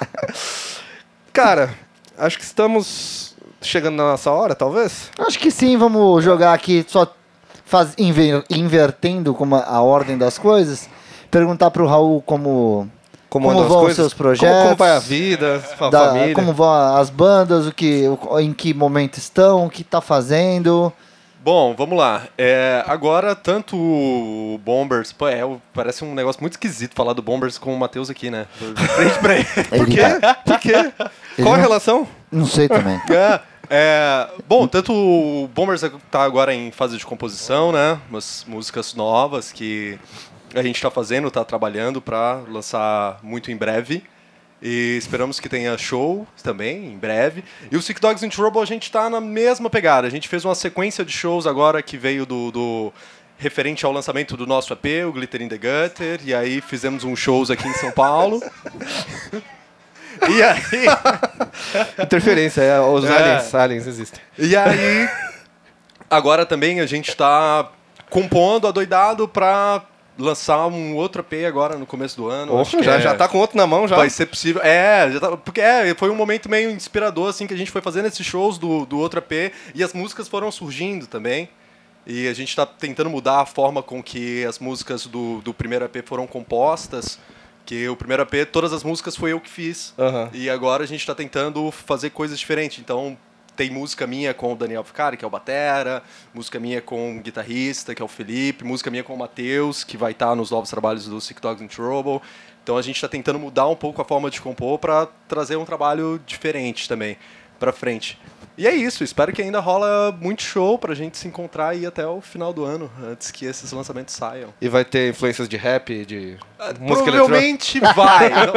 Speaker 3: Cara, acho que estamos chegando na nossa hora, talvez?
Speaker 2: Acho que sim, vamos jogar aqui só faz, inver- invertendo como a, a ordem das coisas. Perguntar pro Raul como, como,
Speaker 3: andam as
Speaker 2: vão os
Speaker 3: coisas?
Speaker 2: seus projetos.
Speaker 3: Como, como vai a vida, a
Speaker 2: da-
Speaker 3: família?
Speaker 2: como vão a- as bandas, o que, o- em que momento estão, o que tá fazendo.
Speaker 1: Bom, vamos lá. É, agora, tanto o Bombers. Pô, é, o- parece um negócio muito esquisito falar do Bombers com o Matheus aqui, né? Frente pra ele.
Speaker 2: Ele
Speaker 3: Por quê?
Speaker 2: tá-
Speaker 3: Por quê? Qual a relação?
Speaker 2: não sei também.
Speaker 1: É, é, bom, tanto o Bombers tá agora em fase de composição, né? Umas músicas novas que a gente tá fazendo, tá trabalhando pra lançar muito em breve. E esperamos que tenha show também, em breve. E o Sick Dogs in Trouble a gente tá na mesma pegada. A gente fez uma sequência de shows agora que veio do- do referente ao lançamento do nosso EP, o Glitter in the Gutter. E aí fizemos uns shows aqui em São Paulo. e aí...
Speaker 3: Interferência, é, os
Speaker 1: É.
Speaker 3: aliens, aliens existem.
Speaker 1: E aí, agora também a gente tá compondo adoidado pra lançar um outro EP agora no começo do ano.
Speaker 3: Opa,
Speaker 1: Acho que
Speaker 3: já,
Speaker 1: é-
Speaker 3: já tá com outro na mão já.
Speaker 1: Vai ser possível. É, já tá- porque é, foi um momento meio inspirador, assim, que a gente foi fazendo esses shows do, do outro EP e as músicas foram surgindo também. E a gente tá tentando mudar a forma com que as músicas do, do primeiro EP foram compostas. Que o primeiro EP, todas as músicas foi eu que fiz.
Speaker 3: Aham.
Speaker 1: E agora a gente tá tentando fazer coisas diferentes. Então, tem música minha com o Daniel Ficari, que é o Batera, música minha com o guitarrista, que é o Felipe, música minha com o Matheus, que vai estar nos novos trabalhos do Sick Dogs in Trouble. Então a gente está tentando mudar um pouco a forma de compor para trazer um trabalho diferente também para frente. E é isso, espero que ainda rola muito show pra gente se encontrar aí até o final do ano, antes que esses lançamentos saiam.
Speaker 3: E vai ter influências de rap, de música eletrônica.
Speaker 1: Ah, Provavelmente vai. Não,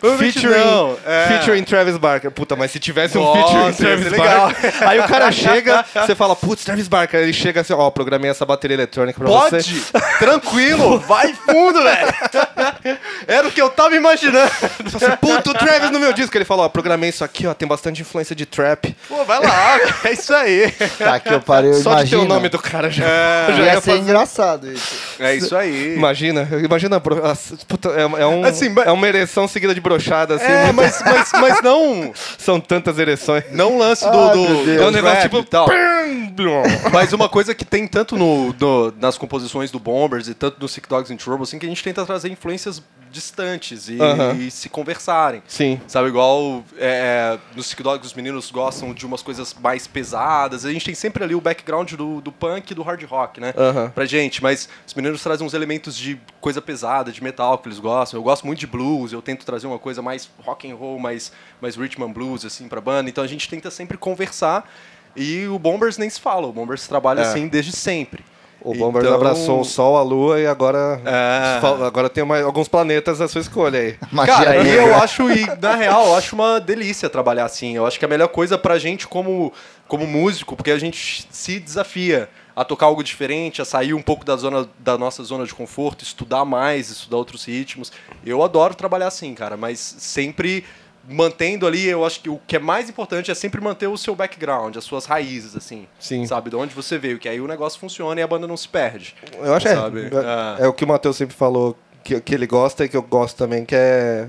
Speaker 1: Provavelmente
Speaker 3: Featuring,
Speaker 1: não. É.
Speaker 3: featuring Travis Barker. Puta, mas se tivesse um
Speaker 1: Nossa,
Speaker 3: featuring
Speaker 1: ia ser
Speaker 3: Travis
Speaker 1: legal.
Speaker 3: Barker. Aí o cara chega, você fala, putz, Travis Barker. Ele chega assim, ó, programei essa bateria eletrônica pra
Speaker 1: Pode,
Speaker 3: você.
Speaker 1: tranquilo, vai fundo, velho. Era o que eu tava imaginando.
Speaker 3: Você fala assim, Puta, o Travis no meu disco. Ele fala, ó, programei isso aqui, ó, tem bastante influência de trap.
Speaker 1: Pô, vai lá, é isso aí.
Speaker 2: Tá que eu parei, eu
Speaker 3: Só de ter
Speaker 2: imagino.
Speaker 3: o nome do cara já. já
Speaker 2: Ia
Speaker 3: ia
Speaker 2: ser
Speaker 3: fazer-
Speaker 2: engraçado É, isso.
Speaker 1: É isso aí.
Speaker 3: Imagina, imagina, a bro- as- puta, é, é um,
Speaker 1: Assim, mas-
Speaker 3: é uma ereção seguida de brochada, assim,
Speaker 1: É,
Speaker 3: muito-
Speaker 1: mas, mas, mas não,
Speaker 3: são tantas ereções.
Speaker 1: não o lance do,
Speaker 2: Ai,
Speaker 1: do,
Speaker 2: meu Deus.
Speaker 1: do
Speaker 3: É um negócio
Speaker 1: rap
Speaker 3: tipo.
Speaker 1: e tal.
Speaker 3: pim, blum.
Speaker 1: Mas uma coisa que tem tanto no, no- nas composições do Bombers e tanto no Sick Dogs in Trouble, assim, que a gente tenta trazer influências distantes e,
Speaker 3: Aham.
Speaker 1: e se conversarem.
Speaker 3: Sim.
Speaker 1: Sabe, igual é, no Sick Dogs os meninos gostam de umas coisas mais pesadas. A gente tem sempre ali o background do, do punk e do hard rock, né?
Speaker 3: Aham.
Speaker 1: Pra gente, mas os meninos trazem uns elementos de coisa pesada, de metal que eles gostam. Eu gosto muito de blues, eu tento trazer uma coisa mais rock and roll, mais, mais Richmond blues, assim, pra banda. Então a gente tenta sempre conversar. E o Bombers nem se fala, o Bombers trabalha
Speaker 3: É.
Speaker 1: assim desde sempre.
Speaker 3: O Bombers
Speaker 1: Então-
Speaker 3: abraçou o Sol, a Lua e agora.
Speaker 1: É.
Speaker 3: fal- Agora tem mais, alguns planetas à sua escolha aí.
Speaker 2: Magia
Speaker 1: Cara, e
Speaker 2: negra.
Speaker 1: eu acho, e na real, eu acho uma delícia trabalhar assim. Eu acho que a melhor coisa pra gente como, como músico, porque a gente se desafia a tocar algo diferente, a sair um pouco da, zona, da nossa zona de conforto, estudar mais, estudar outros ritmos. Eu adoro trabalhar assim, cara, mas sempre mantendo ali, eu acho que o que é mais importante é sempre manter o seu background, as suas raízes, assim.
Speaker 3: Sim.
Speaker 1: Sabe, de onde você veio, que aí o negócio funciona e a banda não se perde.
Speaker 3: Eu acho é,
Speaker 1: Sabe?
Speaker 3: é, é o que o Matheus sempre falou que, que ele gosta e que eu gosto também, que é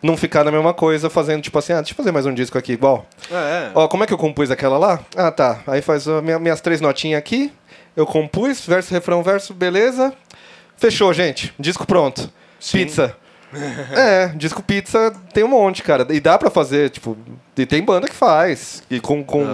Speaker 3: não ficar na mesma coisa fazendo, tipo assim, ah, deixa eu fazer mais um disco aqui igual.
Speaker 1: É.
Speaker 3: Ó, como é que eu compus aquela lá? Ah, tá. Aí faz a minha- minhas três notinhas aqui. Eu compus, verso, refrão, verso, beleza. Fechou, gente. Disco pronto. Pizza. é, disco pizza tem um monte, cara. E dá pra fazer, tipo. E tem banda que faz. E com. com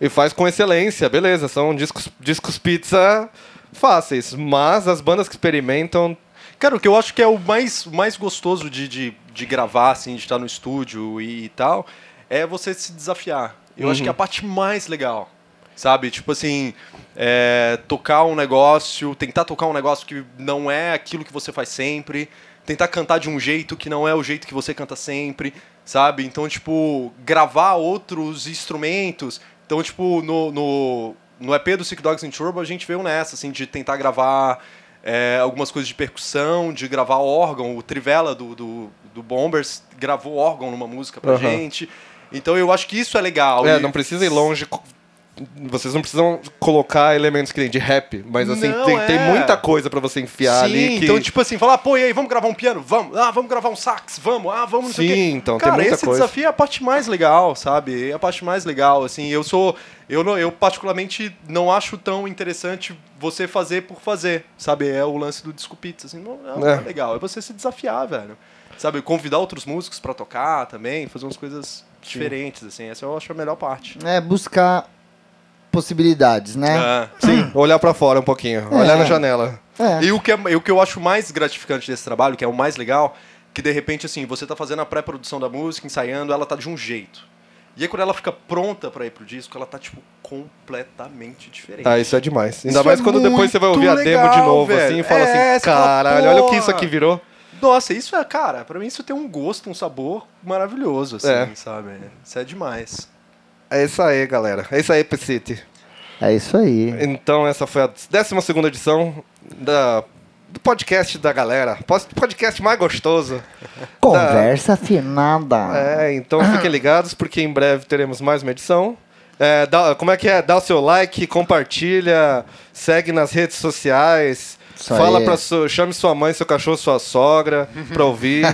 Speaker 3: E faz com excelência, beleza. São discos, discos pizza fáceis. Mas as bandas que experimentam.
Speaker 1: Cara, o que eu acho que é o mais, o mais gostoso de, de, de gravar, assim, de estar no estúdio e, e tal, é você se desafiar. Eu acho que é a parte mais legal. Sabe? Tipo assim, é, tocar um negócio, tentar tocar um negócio que não é aquilo que você faz sempre, tentar cantar de um jeito que não é o jeito que você canta sempre, sabe? Então, tipo, gravar outros instrumentos. Então, tipo, no, no, no EP do Sick Dogs in Turbo a gente veio nessa, assim, de tentar gravar é, algumas coisas de percussão, de gravar órgão. O Trivela do, do, do Bombers gravou órgão numa música pra
Speaker 3: Aham.
Speaker 1: gente. Então eu acho que isso é legal.
Speaker 3: É,
Speaker 1: E-
Speaker 3: não precisa ir longe. co- Vocês não precisam colocar elementos que nem de rap, mas assim,
Speaker 1: Não,
Speaker 3: tem, tem
Speaker 1: é.
Speaker 3: muita coisa pra você enfiar
Speaker 1: Sim,
Speaker 3: ali. que-
Speaker 1: então, tipo assim, falar, pô, e aí, vamos gravar um piano? Vamos. Ah, vamos gravar um sax? Vamos. Ah, vamos, não sei o
Speaker 3: Sim,
Speaker 1: quê.
Speaker 3: então, tem
Speaker 1: Cara,
Speaker 3: muita
Speaker 1: esse
Speaker 3: coisa.
Speaker 1: desafio é a parte mais legal, sabe? É a parte mais legal, assim. Eu sou... Eu, não, eu particularmente não acho tão interessante você fazer por fazer, sabe? É o lance do disco pizza, assim. Não, não é.
Speaker 3: É.
Speaker 1: legal. É você se desafiar, velho. Sabe? Convidar outros músicos pra tocar também, fazer umas coisas diferentes, assim. Essa eu acho a melhor parte.
Speaker 2: É buscar possibilidades, né?
Speaker 1: É.
Speaker 3: Sim, olhar pra fora um pouquinho, olhar na janela.
Speaker 2: É.
Speaker 1: E o que, é- e o que eu acho mais gratificante desse trabalho, que é o mais legal, que de repente, assim, você tá fazendo a pré-produção da música, ensaiando, ela tá de um jeito. E aí quando ela fica pronta pra ir pro disco, ela tá, tipo, completamente diferente.
Speaker 3: Ah, isso é demais. Ainda
Speaker 1: Isso
Speaker 3: mais
Speaker 1: é
Speaker 3: quando depois
Speaker 1: muito
Speaker 3: você vai ouvir a demo de
Speaker 1: legal,
Speaker 3: novo,
Speaker 1: velho.
Speaker 3: assim, e fala
Speaker 1: É,
Speaker 3: assim,
Speaker 1: você fala,
Speaker 3: caralho, olha o que isso
Speaker 1: porra."
Speaker 3: aqui virou.
Speaker 1: Nossa, isso é, cara, pra mim isso tem um gosto, um sabor maravilhoso, assim,
Speaker 3: É.
Speaker 1: sabe? Isso é demais.
Speaker 3: É isso aí, galera. É isso aí, P-City.
Speaker 2: É isso aí.
Speaker 3: Então, essa foi a 12 edição da, do podcast da galera. Pos- Podcast mais gostoso.
Speaker 2: Conversa afinada.
Speaker 3: É, então fiquem ligados, porque em breve teremos mais uma edição. É, dá- como é que é? Dá o seu like, compartilha, segue nas redes sociais.
Speaker 2: Isso
Speaker 3: fala
Speaker 2: aí.
Speaker 3: pra sua, chame sua mãe, seu cachorro, sua sogra pra ouvir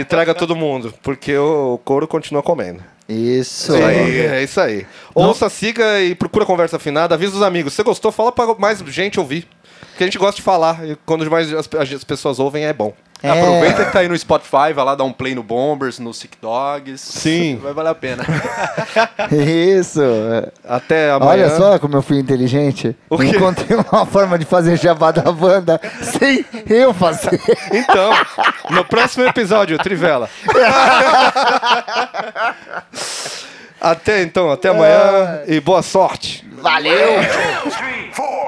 Speaker 3: e traga todo mundo, porque o couro continua comendo.
Speaker 2: Isso
Speaker 3: E
Speaker 2: aí.
Speaker 3: É isso aí. Ouça, siga e procura conversa afinada, avisa os amigos. Se você gostou, fala pra mais gente ouvir. Porque a gente gosta de falar e quando mais as, as pessoas ouvem é bom.
Speaker 1: Aproveita que tá aí no Spotify, vai lá dar um play no Bombers, no Sick Dogs.
Speaker 3: Sim.
Speaker 1: Vai valer a pena.
Speaker 2: Isso.
Speaker 3: Até amanhã.
Speaker 2: Olha só como eu fui inteligente.
Speaker 3: O quê?
Speaker 2: Encontrei uma forma de fazer jabá da Wanda sem eu fazer.
Speaker 3: Então, no próximo episódio, Trivela. até então, até amanhã e boa sorte.
Speaker 5: Valeu!
Speaker 6: Three, four.